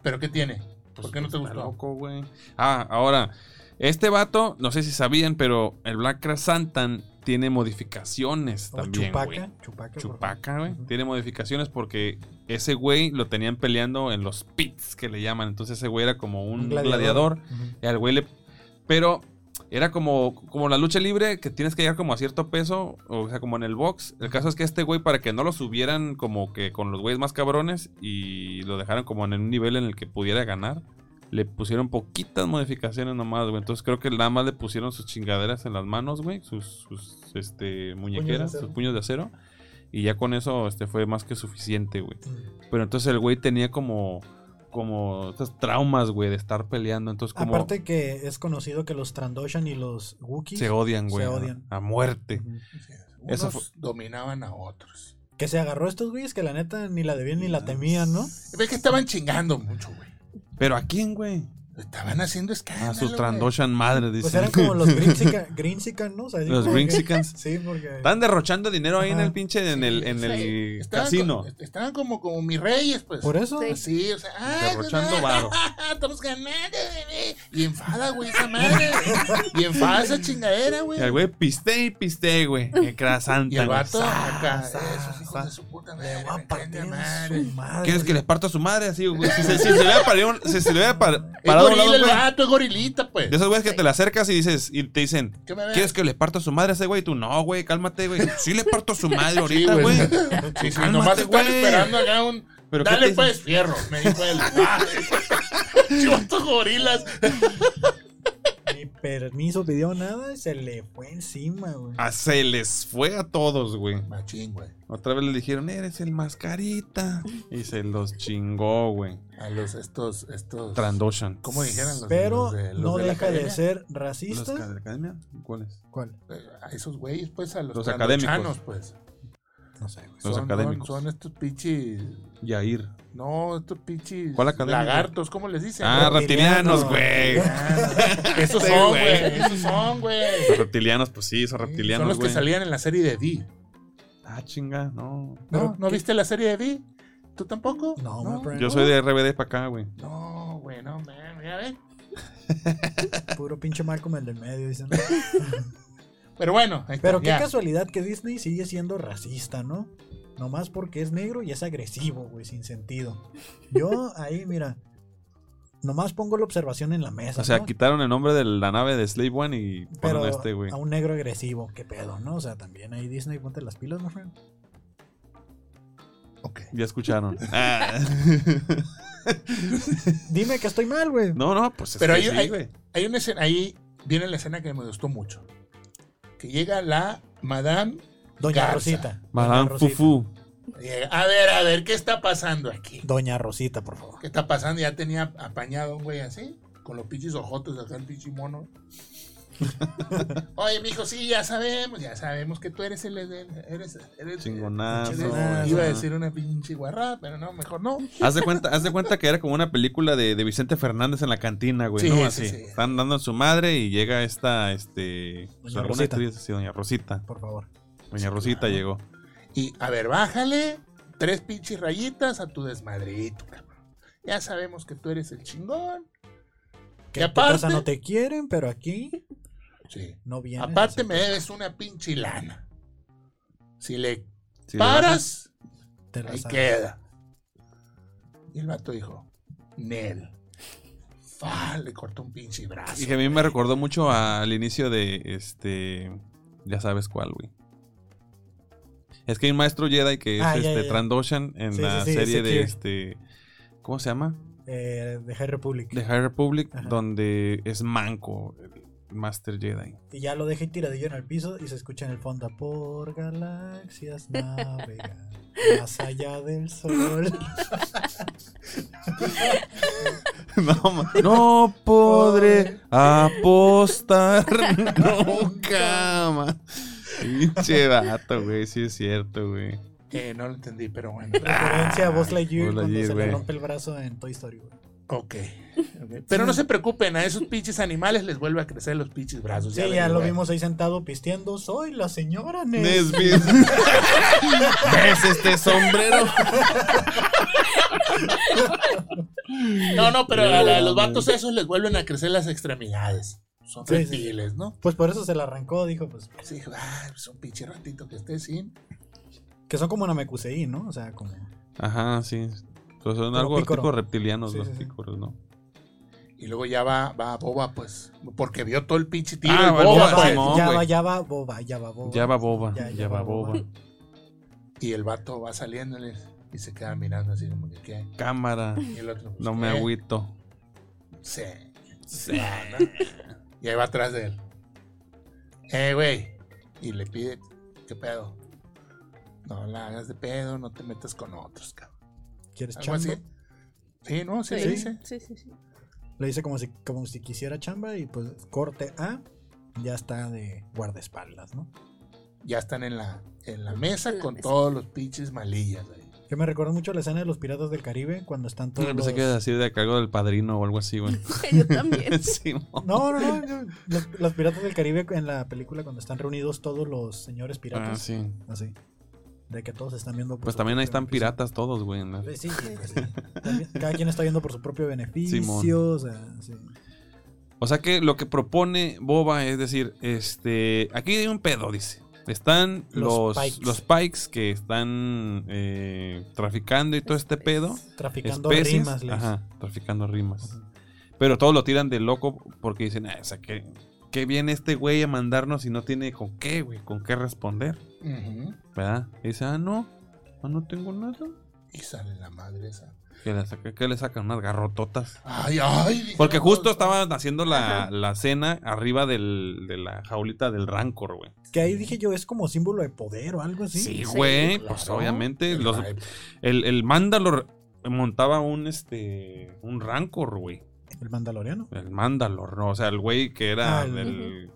S2: ¿Pero qué tiene?
S1: Pues,
S2: ¿Por qué no te
S1: está
S2: gustó?
S1: loco, güey. Ah, ahora, este vato, no sé si sabían, pero el Black Krasantan tiene modificaciones
S4: O
S1: también, güey.
S4: Chupaca. Chupaca. por
S1: Chupaca,
S4: favor.
S1: güey.
S4: Ujú.
S1: Tiene modificaciones porque ese güey lo tenían peleando en los pits que le llaman. Entonces ese güey era como un, gladiador.
S4: Ujú.
S1: Y al güey le. Pero era como, como la lucha libre que tienes que llegar como a cierto peso, o sea, como en el box. El caso es que este güey, para que no lo subieran como que con los güeyes más cabrones y lo dejaron como en un nivel en el que pudiera ganar, le pusieron poquitas modificaciones nomás, güey. Entonces creo que nada más le pusieron sus chingaderas en las manos, güey, sus, sus, este, muñequeras,
S4: acero.
S1: sus puños de acero. Y ya con eso este, fue más que suficiente, güey.
S4: Mm.
S1: Pero entonces el güey tenía como. Como estas traumas, güey, de estar peleando. Entonces, como.
S4: Aparte que es conocido que los Trandoshan y los Wookiees.
S1: Se odian, güey.
S4: se
S1: a-
S4: odian.
S1: A muerte.
S4: Ujú.
S2: Unos
S1: Eso fue-
S2: dominaban a otros.
S4: Que se agarró a estos güeyes que la neta ni la debían ni
S1: Ah,
S4: la temían, ¿no?
S2: Ves que estaban chingando mucho, güey.
S1: ¿Pero a quién, güey?
S2: Estaban haciendo escándalo,
S1: A Ah, sus
S2: güey.
S1: Trandoshan madre, dicen.
S4: Pues eran
S1: [LAUGHS]
S4: como los Grinsica- Grinsican, ¿no? O sea, así
S1: Los
S4: como que-
S1: Grinsicans.
S4: [LAUGHS] Sí, porque.
S1: Están derrochando dinero ahí en
S4: Ajá.
S1: el pinche, en
S2: Sí,
S1: el, en
S2: sí.
S1: el
S2: Estaban este
S1: casino.
S2: co- estaban como, como mis reyes, pues.
S4: Por eso.
S3: Sí.
S2: Sí, o sea, ah,
S1: Derrochando
S2: ah,
S1: varo.
S2: [LAUGHS] Estamos ganando, bebé. Y enfada, güey, esa madre. y enfada esa chingadera,
S1: Y
S2: güey.
S1: el güey pisté y pisté,
S2: [LAUGHS]
S1: güey. En
S2: Y el
S1: Crasanta.
S2: vato acá,
S4: sa,
S2: esos hijos
S4: sa.
S2: de su puta
S4: Le
S2: madre.
S4: voy
S2: me
S4: a
S2: caen
S4: partir
S2: de
S4: "Ah, su
S2: madre.
S4: madre.
S1: ¿Quieres que les parta a su madre así, güey? Si se, si se le hubiera parido un- si se le hubiera par-
S2: Es
S1: parado a un
S2: gorila
S1: lado,
S2: el
S1: güey.
S2: vato, es gorilita, pues.
S1: De esos güeyes que te le acercas y dices, y te dicen,
S2: ¿Qué me ves?
S1: ¿quieres que le parta a su madre a ese güey? Y tú, no, güey, cálmate, güey. Sí le parto a su madre
S2: [LAUGHS] Sí,
S1: ahorita, güey.
S2: Sí, sí,
S1: Cálmate,
S2: nomás están
S1: güey.
S2: esperando acá un.
S1: ¿Pero qué te
S2: Dale
S1: dicen?
S2: pues, fierro, me
S1: [LAUGHS]
S2: dijo él. Ah, [LAUGHS] Chivatos gorilas.
S4: Ni permiso pidió nada y se le fue encima, güey.
S1: Ah, se les fue a todos, güey.
S2: Machín, güey.
S1: Otra vez le dijeron, eres el mascarita. Y se los chingó, güey.
S2: A los estos, estos.
S1: Trandoshan.
S2: ¿Cómo dijeron los
S4: Pero
S2: los de- los
S4: no
S2: de la
S4: deja de
S2: academia?
S4: ser
S1: ¿Los de
S4: racista.
S1: la academia? ¿Cuáles?
S4: ¿Cuál?
S2: Eh, A esos güeyes, pues, a los,
S1: Los
S2: trandoshanos,
S1: académicos.
S2: pues.
S4: No sé, güey.
S1: Los
S2: son,
S1: académicos.
S2: Son, son estos pichis.
S1: Yair.
S2: No, estos pichis.
S1: ¿Cuál académico?
S2: Lagartos, ¿cómo les dicen?
S1: Ah,
S4: reptilianos.
S1: reptilianos, güey.
S2: Ah, [LAUGHS] esos
S1: Sí,
S2: son,
S1: güey.
S2: güey. Esos son, güey.
S1: Los reptilianos, pues sí, son [LAUGHS]
S2: Son
S1: reptilianos,
S2: los que
S1: güey.
S2: salían en la serie de D.
S1: Ah, chinga, no.
S2: ¿No?
S4: Pero,
S2: ¿No
S4: ¿qué?
S2: viste la serie de D? ¿Tú tampoco?
S4: No, my friend.
S1: Yo soy de RBD para acá, güey.
S2: No, güey, no, man. Mira, a ver.
S4: Puro pinche Malcolm el del medio, dicen.
S2: Pero bueno, ahí está,
S4: Pero qué
S2: ya.
S4: casualidad que Disney sigue siendo racista, ¿no? Nomás porque es negro y es agresivo, güey, sin sentido. Yo ahí, mira, nomás pongo la observación en la mesa.
S1: O sea,
S4: ¿no?
S1: quitaron el nombre de la nave de Slave One y
S4: Pero
S1: pusieron a este, güey.
S2: ah,
S4: a un negro agresivo, qué pedo, ¿no? O sea, también ahí Disney, ponte las pilas, my friend.
S2: Ok.
S1: Ya
S2: [LAUGHS]
S1: escucharon. Ah.
S4: Dime que estoy mal, güey.
S1: No, no, pues es
S2: Pero
S1: que
S2: hay-
S1: sí,
S2: hay-
S1: güey.
S2: Hay una escena, ahí viene la escena que me gustó mucho. Que llega la Madame.
S4: Doña
S2: Garza.
S4: Rosita.
S1: Madame
S4: Doña Rosita.
S1: Fufu.
S2: llega, a ver, a ver, ¿qué está pasando aquí?
S4: Doña Rosita, por favor.
S2: ¿Qué está pasando? Ya tenía apañado un güey así. con los pinches ojotes acá, el pinche [LAUGHS] mono. Oye, mijo, sí, ya sabemos, ya sabemos que tú eres el. el- eres, eres,
S1: Chingonazo,
S2: eres-
S4: güey.
S2: Iba a decir una pinche guarrada, pero no, mejor no.
S1: Haz de cuenta, haz de cuenta que era como una película de, de Vicente Fernández en la cantina, güey,
S2: Sí,
S1: ¿no?
S2: sí,
S1: Así.
S2: sí.
S1: Están dando en su madre y llega esta, este. pues,
S4: Doña
S1: alguna
S4: Rosita.
S1: actriz, sí, Doña Rosita.
S4: Por favor.
S1: Doña Rosita
S2: claro.
S1: llegó.
S2: Y a ver, bájale tres pinches rayitas a tu desmadrito, cabrón. Ya sabemos que tú eres el chingón.
S4: Que
S2: Y
S4: en tu casa
S2: aparte-
S4: no te quieren, pero aquí
S2: Sí.
S4: no vienen.
S2: Aparte, me debes una pinche lana. Si le
S1: Sí,
S2: paras,
S4: Te la
S2: ahí
S4: sabes.
S2: queda. Y el vato dijo: Nel. Fa, le cortó un pinche brazo.
S1: Y que a mí me recordó mucho al inicio de este. Ya sabes cuál, güey. Es que hay un maestro Jedi que es
S4: Ah, ya,
S1: este
S4: ya, ya.
S1: Trandoshan en
S4: Sí,
S1: la
S4: sí, sí,
S1: serie
S4: ese
S1: de
S4: tío.
S1: este. ¿Cómo se llama?
S4: Eh, de High Republic.
S1: The High Republic,
S4: Ajá.
S1: donde es manco el Master Jedi.
S4: Y ya lo dejé tiradillo en el piso y se escucha en el fondo por galaxias navegar más allá
S2: [LAUGHS]
S4: del sol.
S1: [LAUGHS] no, ma- no podré [LAUGHS] apostar nunca más. Pinche vato, güey. Sí, es cierto, güey.
S2: Eh, no lo entendí, pero
S4: [LAUGHS]
S2: bueno.
S4: Referencia a Buzz Lightyear
S1: Buzz
S4: cuando
S1: Lightyear,
S4: se
S1: güey. Pues
S4: le rompe el brazo en Toy Story. güey.
S2: Ok. ok. Pero no se preocupen, a esos pinches animales les vuelve a crecer los pinches brazos.
S4: Sí,
S2: ven,
S4: ya lo
S2: güey.
S4: vimos ahí sentado pisteando. Soy la señora Ness.
S1: Nesbitt. [LAUGHS] ¿Ves este [LAUGHS] sombrero?
S2: No, no, pero a, la- a los vatos esos les vuelven a crecer las extremidades. Son
S4: Sí, sí, sí.
S2: reptiles, ¿no?
S4: Pues por eso se la arrancó, dijo, pues
S2: Sí, dijo, ah, pues un pinche ratito que esté sin.
S4: que son como Namekusei, ¿no? O sea, como
S1: Ajá, sí. Pues son
S4: Como
S1: algo
S4: pícoro.
S1: tipo reptilianos
S4: Sí,
S1: los
S4: sí, sí.
S1: pícoros, ¿no?
S2: Y luego ya va, va Boba, pues, porque vio todo el pinche tiro.
S1: Ah,
S2: el
S1: bueno,
S2: Boba,
S1: Boba,
S2: pues.
S1: Simón. No,
S4: ya
S1: güey.
S4: va, ya va, boba, ya va, boba.
S1: Ya va boba,
S4: Ya,
S1: ya,
S4: ya va
S1: va boba.
S4: boba.
S2: Y el vato va saliéndole y se queda mirando así como que, ¿qué?
S1: Cámara,
S2: Y el otro, pues,
S1: no me
S2: ¿qué?
S1: agüito.
S2: Sí. No, no. Y ahí va atrás de él. Eh, güey. Y le pide, ¿qué pedo? No la hagas de pedo, no te metas con otros, cabrón.
S4: ¿Quieres
S2: Algo así.
S4: chamba?
S2: Sí, ¿no? Sí, le dice.
S3: sí, sí, sí. [LAUGHS]
S4: Lo dice como si, como si quisiera chamba y pues corte A, ya está de guardaespaldas, ¿no?
S2: Ya están en la, en la mesa
S3: En la
S2: con
S3: mesa.
S2: todos los pinches malillas ahí.
S4: Que me recuerda mucho la escena de los Piratas del Caribe cuando están todos.
S1: Yo Ah, pensé
S4: los-
S1: que era así de cargo del padrino o algo así, güey.
S3: Yo también.
S1: [LAUGHS] Sí, mo.
S4: No, no, no. yo- Los, los Piratas del Caribe en la película cuando están reunidos todos los señores piratas.
S1: Ah, sí.
S4: Así. De que todos están viendo. por
S1: Pues
S4: su
S1: también ahí
S4: propio
S1: están piratas todos, güey. en la-
S4: beneficio. Sí, sí, pues, sí. También- cada quien está viendo por su propio beneficio.
S1: Simón.
S4: o sea, sí.
S1: O sea que lo que propone Boba es decir, este, aquí hay un pedo, dice. Están los,
S4: Los
S1: los, pikes.
S4: Pikes.
S1: que están eh, traficando y todo este pedo.
S4: Traficando
S1: Especies.
S4: rimas. le dice.
S1: ajá, traficando rimas. Pero todos lo tiran de loco porque dicen, ah, o sea, ¿qué, qué viene este güey a mandarnos y no tiene con qué, güey? ¿Con qué responder?
S2: Ujú.
S1: ¿Verdad? Y dice, ah, no, ah, no tengo nada.
S2: Y sale la madre esa.
S1: Que le, saca- que le sacan unas garrototas.
S2: Ay, ay. dijeron
S1: Porque justo
S2: todos.
S1: estaban haciendo la, la cena arriba del- de la jaulita del Rancor, güey.
S4: Que ahí dije yo, es como símbolo de poder o algo así.
S1: Sí,
S3: Sí,
S1: güey.
S2: Claro,
S1: Pues obviamente.
S2: el
S1: los-
S2: hype.
S1: el, el Mandalor montaba un este. un Rancor, güey.
S4: El Mandaloriano.
S1: El Mandalor, ¿no? O sea, el güey que era
S4: Ah, el-
S1: el.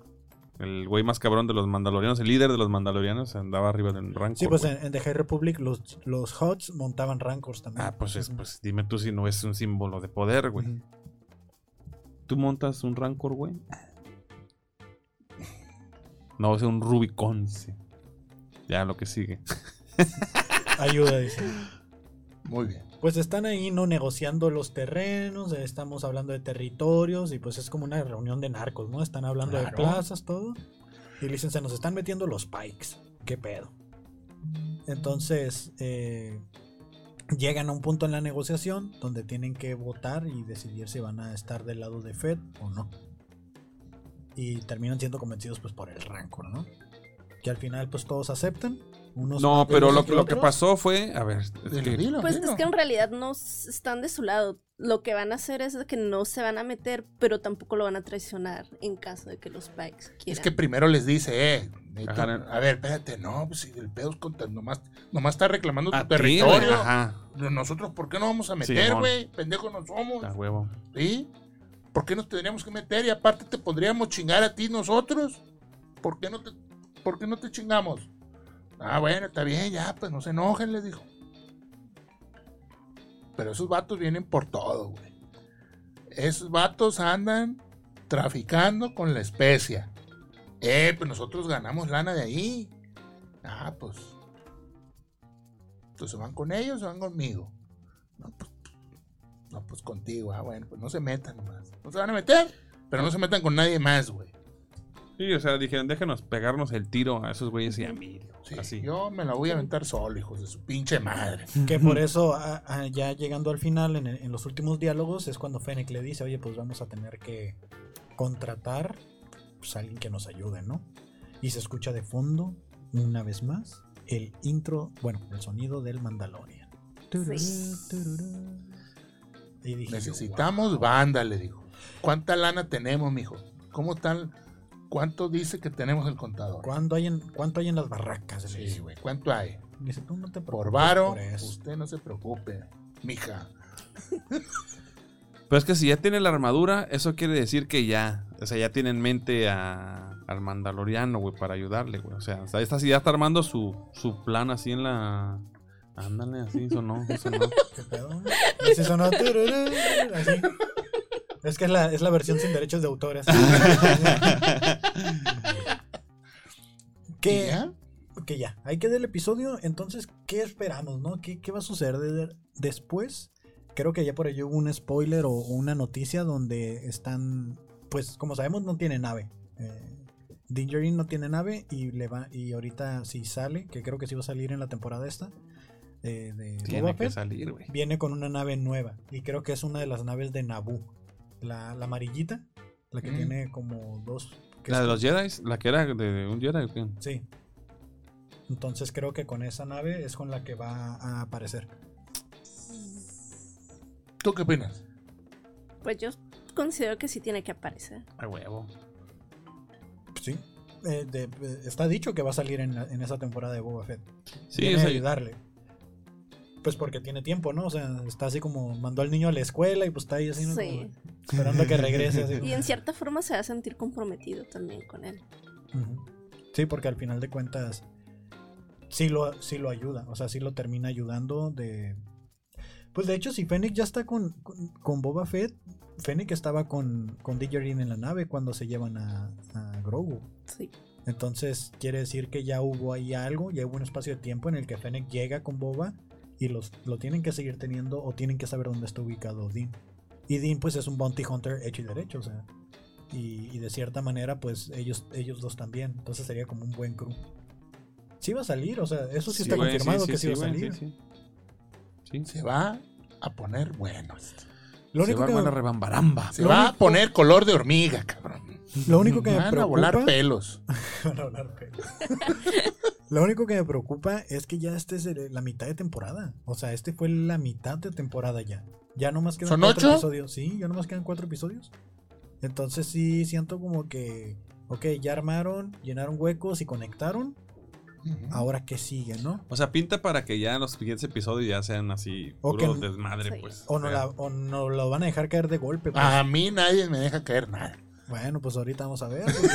S1: el güey más cabrón de los mandalorianos, el líder de los mandalorianos, andaba arriba del rancor.
S4: Sí, pues
S1: güey.
S4: en, en The High Republic los, los HOTS montaban Rancors también.
S1: Ah, pues, es, pues dime tú si no es un símbolo de poder, güey.
S4: Ujú.
S1: ¿Tú montas un rancor, güey? No, es un Rubicon. sí. Ya lo que sigue.
S4: Ayuda, dice.
S2: Muy bien.
S4: Pues están ahí, ¿no? Negociando los terrenos, eh, estamos hablando de territorios y pues es como una reunión de narcos, ¿no? Están hablando de
S2: Claro.
S4: plazas, todo. Y le dicen, se nos están metiendo los pikes, ¿qué pedo? Entonces, eh, llegan a un punto en la negociación donde tienen que votar y decidir si van a estar del lado de Fed o no. Y terminan siendo convencidos pues por el rancor, ¿no? Que al final pues todos aceptan. Unos
S1: No,
S4: más
S1: pero lo,
S4: débiles
S1: lo que
S4: otros.
S1: pasó fue. A ver. es
S2: Dilo,
S1: que-
S2: dilo,
S3: Pues
S2: dilo.
S3: es que en realidad no s- están de su lado. Lo que van a hacer es de que no se van a meter, pero tampoco lo van a traicionar en caso de que los Pikes
S2: Es
S3: quieran.
S2: que primero les dice, eh. necesito-
S1: Ajá.
S2: a ver, espérate, no, pues si el pedo es contra. Nomás, nomás está reclamando tu
S1: a ti, güey,
S2: territorio.
S1: Ajá.
S2: Nosotros, ¿por qué no vamos a
S1: Simón.
S2: meter, güey? Pendejos no somos.
S1: A huevo.
S2: ¿Sí? ¿Por qué nos tendríamos que meter? Y aparte te podríamos chingar a ti nosotros. ¿Por qué no te, por qué no te chingamos? Ah, bueno, está bien, ya, pues no se enojen, les dijo. Pero esos vatos vienen por todo, güey. Esos vatos andan traficando con la especia. Eh, pues nosotros ganamos lana de ahí. Ah, pues. Entonces van con ellos o van conmigo. No, pues, no, pues contigo. Ah, bueno, pues no se metan nomás. No se van a meter, pero no se metan con nadie más, güey.
S1: Sí, o sea, dijeron, déjenos pegarnos el tiro a esos güeyes y a mí.
S2: Sí,
S1: Así.
S2: Yo me la voy a aventar solo, hijos de su pinche madre.
S4: Que por eso, a- a- ya llegando al final, en, en los últimos diálogos, es cuando Fennec le dice, oye, pues vamos a tener que contratar pues, a alguien que nos ayude, ¿no? Y se escucha de fondo, una vez más, el intro, bueno, el sonido del Mandalorian. Tururú,
S3: Sí.
S4: tururú. Y dije,
S2: Necesitamos banda, le dijo. ¿Cuánta lana tenemos, mijo? ¿Cómo tal? ¿Cuánto dice que tenemos el
S4: "Guau,
S2: contador?
S4: ¿cuánto hay en, cuánto hay en las barracas? Le
S2: Sí,
S4: dice.
S2: güey. ¿Cuánto hay?
S4: Dice, tú no te
S2: Por
S4: preocupes
S2: varo,
S4: por eso".
S2: usted no se preocupe, mija.
S1: Pero es que si ya tiene la armadura, eso quiere decir que ya. O sea, ya tiene en mente a, al Mandaloriano, güey, para ayudarle, güey. O sea, o sea, esta sí ya está armando su, su plan así en la. Ándale, así sonó,
S2: [LAUGHS]
S1: sonó.
S4: ¿Qué pedo? Así sonó, tururú, así. Es que es la, es la versión sin derechos de autores.
S2: [LAUGHS] ¿Y
S4: que,
S2: ya?
S4: que ya, ahí queda el episodio. Entonces, ¿qué esperamos, no? ¿Qué, qué va a suceder de- después? Creo que ya por ahí hubo un spoiler o una noticia donde están, pues como sabemos, no tiene nave. Eh, Dingerin no tiene nave y le va y ahorita si sale, que creo que sí va a salir en la temporada esta eh, de Boba
S1: tiene que
S4: Fett,
S1: salir, güey.
S4: viene con una nave nueva y creo que es una de las naves de Naboo, la, la amarillita, la que
S2: Mm.
S4: tiene como dos. que
S1: La de
S4: es-
S1: los Jedi, la que era de un Jedi, güey.
S4: Sí. Entonces creo que con esa nave es con la que va a aparecer.
S2: ¿Tú qué opinas?
S3: Pues yo considero que sí tiene que aparecer.
S1: A huevo.
S4: Sí. Eh, de- eh, está dicho que va a salir en, la- en esa temporada de Boba Fett.
S1: Sí,
S4: Viene
S1: o
S4: a
S1: sea,
S4: ayudarle. Pues porque tiene tiempo, ¿no? O sea, está así como mandó al niño a la escuela y pues está ahí así ¿no?
S3: Sí.
S4: Como esperando a que regrese. así como-
S3: Y en cierta forma se va a sentir comprometido también con él.
S4: Ujú. Sí, porque al final de cuentas sí lo, sí lo ayuda, o sea, sí lo termina ayudando de... Pues de hecho, si Fennec ya está con, con, con Boba Fett, Fennec estaba con, con Dingerin en la nave cuando se llevan a, a Grogu.
S3: Sí.
S4: Entonces quiere decir que ya hubo ahí algo, ya hubo un espacio de tiempo en el que Fennec llega con Boba y los, lo tienen que seguir teniendo o tienen que saber dónde está ubicado Dean. Y Dean pues es un bounty hunter hecho y derecho, o sea. Y, y de cierta manera pues ellos, ellos dos también. Entonces sería como un buen crew. Sí va a salir, o sea, eso sí, está
S1: güey,
S4: confirmado que sí, va a
S1: güey,
S4: salir.
S1: sí, sí. Sí.
S2: Se va a poner bueno.
S4: Lo,
S1: Se
S4: único
S1: va a
S4: que
S1: armar la
S4: me,
S1: rebambaramba.
S2: Se
S4: Lo
S2: va a
S4: único-
S2: poner color de hormiga, cabrón.
S4: lo único que me
S2: Van a
S4: preocupa...
S2: volar pelos.
S4: [LAUGHS] Van a volar pelos. Lo único que me preocupa es que ya este es el- la mitad de temporada. O sea, este fue la mitad de temporada ya. Ya nomás quedan
S2: ¿Son
S4: cuatro
S2: ocho?
S4: episodios. Sí, ya nomás quedan cuatro episodios. Entonces sí siento como que, ok, ya armaron, llenaron huecos y conectaron. Ahora qué sigue, ¿no?
S1: O sea, pinta para que ya los siguientes episodios ya sean así,
S4: O
S1: puro
S4: que-
S1: desmadre,
S3: sí.
S1: pues.
S4: O no,
S1: sea,
S4: la, o no lo van a dejar caer de golpe. pues.
S2: A mí nadie me deja caer nada.
S4: Bueno, pues ahorita vamos a ver. porque-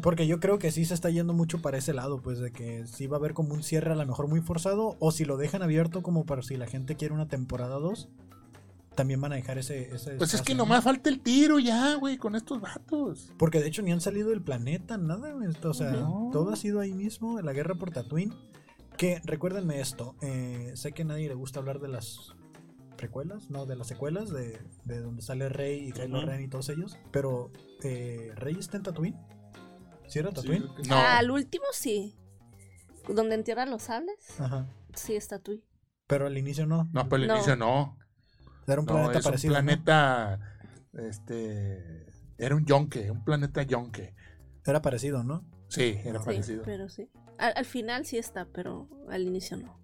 S4: Porque yo creo que sí se está yendo mucho para ese lado, pues de que sí va a haber como un cierre a lo mejor muy forzado, o si lo dejan abierto como para si la gente quiere una temporada 2, también van a dejar ese... ese
S2: Pues es
S4: espacio,
S2: que
S4: ¿no?
S2: nomás falta el tiro ya, güey, con estos vatos.
S4: Porque de hecho ni han salido del planeta, nada. güey. O sea,
S2: No.
S4: todo ha sido ahí mismo, en la guerra por Tatooine. Que recuérdenme esto, eh, sé que a nadie le gusta hablar de las precuelas, no, de las secuelas, de, de donde sale Rey y Kylo
S1: Ujú.
S4: Ren y todos ellos, pero eh, Rey está en Tatooine. ¿Sí era Tatooine?
S2: No.
S3: Al último sí. Donde entierra los sables,
S4: Ajá.
S3: sí está tú.
S4: Pero al inicio no.
S2: No, pero el
S3: No.
S2: inicio no.
S4: Era un
S2: No,
S4: planeta
S2: es un
S4: parecido. ¿no?
S2: planeta. Este. Era un yonke, un planeta yonke.
S4: Era parecido, ¿no?
S2: Sí, era
S4: Sí,
S2: parecido.
S3: pero sí. Al, al final sí está, pero al inicio no.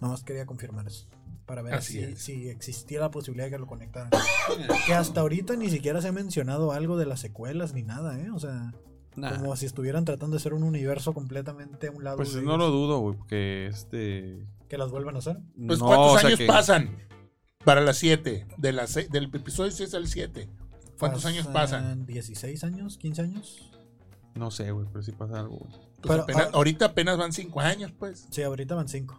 S4: Nomás quería confirmar eso. Para ver
S2: Así
S4: si,
S2: es.
S4: si existía la posibilidad de que lo conectaran. que hasta ahorita ni siquiera se ha mencionado algo de las secuelas ni nada, ¿eh? O sea,
S1: nah.
S4: como si estuvieran tratando de hacer un universo completamente a un lado.
S1: Pues
S4: de
S1: no
S4: ellos.
S1: lo dudo, güey, porque este.
S4: Que las vuelvan a hacer.
S2: Pues,
S1: no,
S2: ¿cuántos
S1: o sea
S2: años
S1: que-
S2: pasan? Para las 7, de las se- del episodio 6 al 7. ¿Cuántos años pasan?
S4: 16 años, 15 años.
S1: No sé, güey, pero sí pasa algo, güey.
S2: Pues
S4: Pero,
S2: apenas-
S4: ah,
S2: ahorita apenas van 5 años, pues.
S4: Sí, ahorita van 5.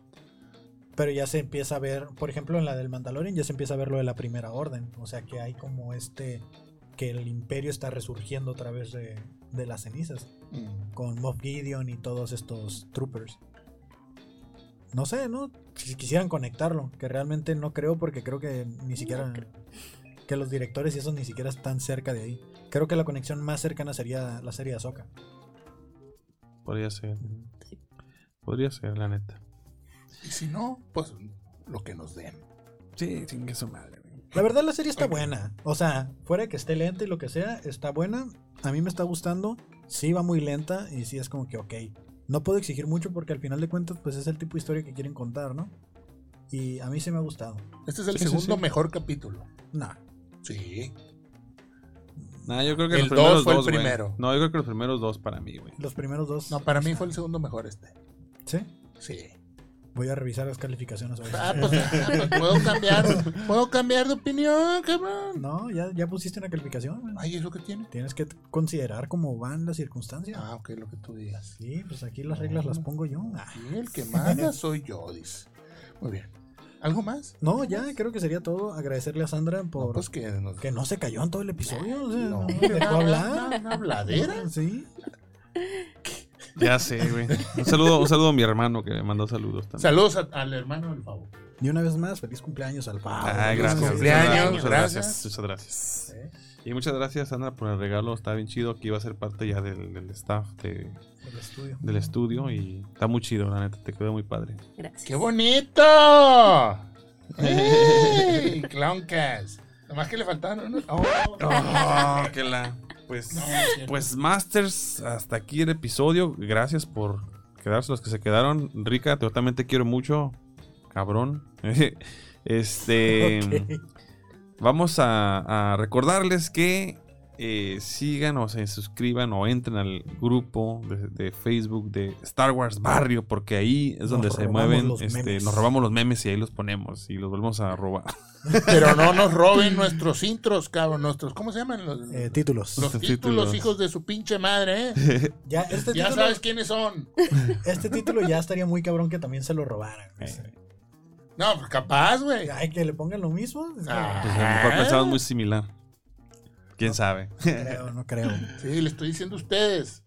S4: Pero ya se empieza a ver, por ejemplo, en la del Mandalorian ya se empieza a ver lo de la Primera Orden. O sea que hay como este, que el imperio está resurgiendo a través de, de las cenizas. Con Moff Gideon y todos estos troopers. No sé, ¿no? Si quisieran conectarlo, que realmente no creo porque creo que ni siquiera... Que los directores y esos ni siquiera están cerca de ahí. Creo que la conexión más cercana sería la serie de Ahsoka.
S1: Podría ser. Podría ser, la neta.
S2: Y si no, pues lo que nos den.
S1: Sí, sin que su madre, güey.
S4: La verdad la serie está buena. O sea, fuera de que esté lenta y lo que sea, está buena. A mí me está gustando. Sí va muy lenta y sí es como que ok. No puedo exigir mucho porque al final de cuentas pues es el tipo de historia que quieren contar, ¿no? Y a mí sí me ha gustado.
S2: Este es el
S1: Sí, sí,
S2: segundo
S1: sí.
S2: mejor capítulo.
S4: Nah.
S2: Sí.
S1: Nah, yo creo que
S2: El
S1: los primeros
S2: dos fue el
S1: güey.
S2: primero.
S1: No, yo creo que los primeros dos para mí, güey.
S4: Los primeros dos.
S2: No, para mí fue el segundo mejor este.
S4: Sí.
S2: Sí.
S4: Voy a revisar las calificaciones hoy.
S2: Ah, pues, ah, pues, puedo cambiar, puedo cambiar de opinión, cabrón.
S4: No, ya, ya pusiste una calificación. güey.
S2: Ay, es lo que tiene.
S4: Tienes que considerar cómo van las circunstancias.
S2: Ah, ok, lo que tú digas.
S4: Sí, pues aquí las reglas las pongo yo. Ah.
S2: Y el que manda soy yo, dice. Muy bien. ¿Algo más?
S4: No, ya creo que sería todo. Agradecerle a Sandra por...
S2: No, pues que nos...
S4: Que no se cayó en todo el episodio. O sea,
S2: No, [LAUGHS]
S4: no, dejó
S2: no,
S4: hablar.
S2: no,
S4: [LAUGHS]
S2: habladera.
S4: Sí.
S1: Ya sé, güey. Un saludo, un saludo a mi hermano que me mandó saludos también.
S2: Saludos a- al hermano del favor.
S4: Y una vez más, feliz cumpleaños al Pablo.
S1: Ay,
S2: Feliz
S1: Ah, gracias.
S2: cumpleaños,
S1: Muchas
S2: gracias.
S1: gracias. Muchas gracias.
S4: ¿Eh?
S1: Y muchas gracias, Sandra, por el regalo. Está bien chido. Aquí va a ser parte ya del, del staff de-
S4: Del estudio.
S1: del estudio. Y está muy chido, la neta. Te quedó muy padre.
S3: Gracias.
S2: ¡Qué bonito! ¡Ey! Cloncast. Nomás que le faltaron unos. Oh,
S1: Oh, que la. Pues, pues, Masters, hasta aquí el episodio. Gracias por quedarse los que se quedaron. Rica, yo también te quiero mucho. Cabrón. [LAUGHS] Este.
S4: Ok.
S1: Vamos a, a recordarles que eh, sigan o se suscriban o entren al grupo de, de Facebook de Star Wars Barrio, porque ahí es donde
S4: Nos
S1: se
S4: robamos
S1: mueven.
S4: los
S1: este,
S4: memes.
S1: nos robamos los memes y ahí los ponemos y los volvemos a robar.
S2: [LAUGHS] Pero no nos roben nuestros intros, cabrón. Nuestros, ¿Cómo se llaman? Los,
S4: Eh, títulos.
S2: los
S1: los
S2: títulos,
S1: títulos.
S2: hijos de su pinche madre, ¿eh?
S4: Ya, este,
S2: Ya
S4: título,
S2: sabes quiénes son.
S4: este título ya estaría muy cabrón que también se lo robaran. no sé.
S1: Eh. Pues
S2: No, pues capaz, güey.
S4: Ay, que le pongan lo mismo. Es
S1: Pues
S4: que
S1: a lo
S2: Ah.
S1: mejor pensamos muy similar. Quién sabe.
S4: No creo, no creo.
S2: Sí, le estoy diciendo a ustedes.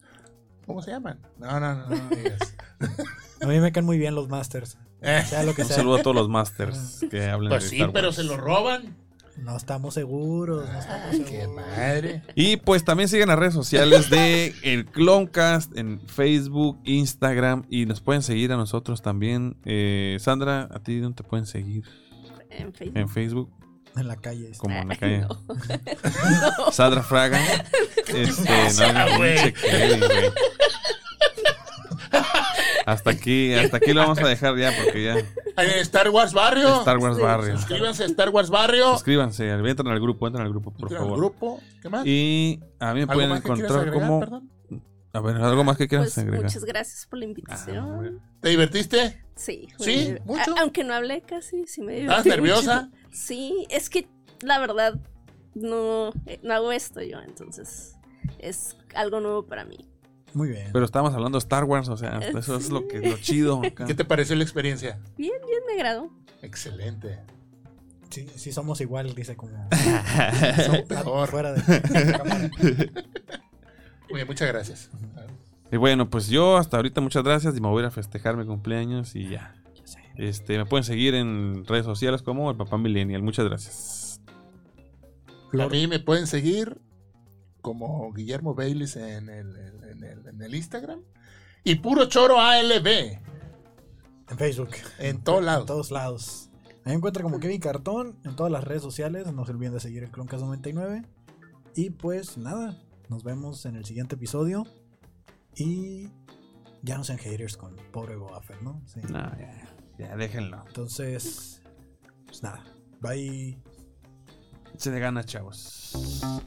S2: ¿Cómo se llaman? No, no, no, no, no digas.
S4: A mí me caen muy bien los masters.
S2: [LAUGHS] Eh,
S4: Sea lo que
S1: Un
S4: sea.
S1: saludo a todos los masters que hablan
S2: pues
S1: de
S2: sí,
S1: Star
S2: pero
S1: Wars.
S2: se lo roban.
S4: No estamos seguros. No estamos
S2: Ay, qué
S4: seguros.
S2: madre.
S1: Y pues también siguen las redes sociales de el Cloncast en Facebook, Instagram y nos pueden seguir a nosotros también. Eh, Sandra, ¿a ti dónde te pueden seguir?
S3: En Facebook.
S1: En Facebook,
S4: En la calle.
S1: como en la
S3: Ay,
S1: calle. [LAUGHS]
S3: no.
S1: Sandra Fraga.
S3: [LAUGHS]
S1: Este, no,
S2: pasa, güey?
S1: pinche Kelly, güey. Hasta aquí, hasta aquí lo vamos a dejar ya porque ya
S2: Ay, Star Wars Barrio.
S1: Star Wars
S3: Sí.
S1: Barrio.
S2: Suscríbanse a Star Wars Barrio.
S1: Suscríbanse, entran al grupo, entran al grupo, por
S2: Entren al
S1: favor.
S2: grupo. ¿Qué más?
S1: Y a mí me
S2: ¿Algo
S1: pueden
S2: más que quieras
S1: encontrar
S2: agregar,
S1: como
S2: perdón?
S1: a ver, algo más que quieras
S3: Pues,
S1: agregar.
S3: muchas gracias por la
S1: Ah,
S3: invitación.
S1: bueno.
S2: ¿Te divertiste?
S3: Sí,
S2: Sí,
S3: güey.
S2: mucho.
S3: A- aunque no hablé casi, sí me divertí
S2: ¿Estabas nerviosa?
S3: mucho. Sí, es que la verdad no, eh, no hago esto yo, entonces es algo nuevo para mí.
S4: Muy bien.
S1: Pero estábamos hablando de Star Wars, o sea,
S3: Eh,
S1: eso es
S3: sí.
S1: lo que lo chido. acá.
S2: ¿Qué te pareció la experiencia?
S3: Bien, bien me agradó.
S2: Excelente.
S4: Sí, sí somos igual,
S1: [LAUGHS]
S4: dice como...
S2: Son peor.
S4: Fuera de cámara.
S2: Muy bien, muchas gracias.
S1: Y bueno, pues yo hasta ahorita muchas gracias y me voy a ir a festejar mi cumpleaños y ya. Este, me pueden seguir en redes sociales como el papá millennial. Muchas gracias.
S2: A mí me pueden seguir como Guillermo Baylis en el, en el- en el Instagram. Y puro choro ALB
S4: En Facebook.
S2: en todos
S4: En
S2: lados.
S4: todos lados. Ahí encuentra como Kevin Cartón en todas las redes sociales. No se olviden de seguir el Cloncast 99. Y pues nada, nos vemos en el siguiente episodio. Y ya no sean haters con pobre Boafel, ¿no? Sí.
S1: No, ya, ya, déjenlo.
S4: Entonces, pues nada. Bye.
S1: Se le gana, chavos.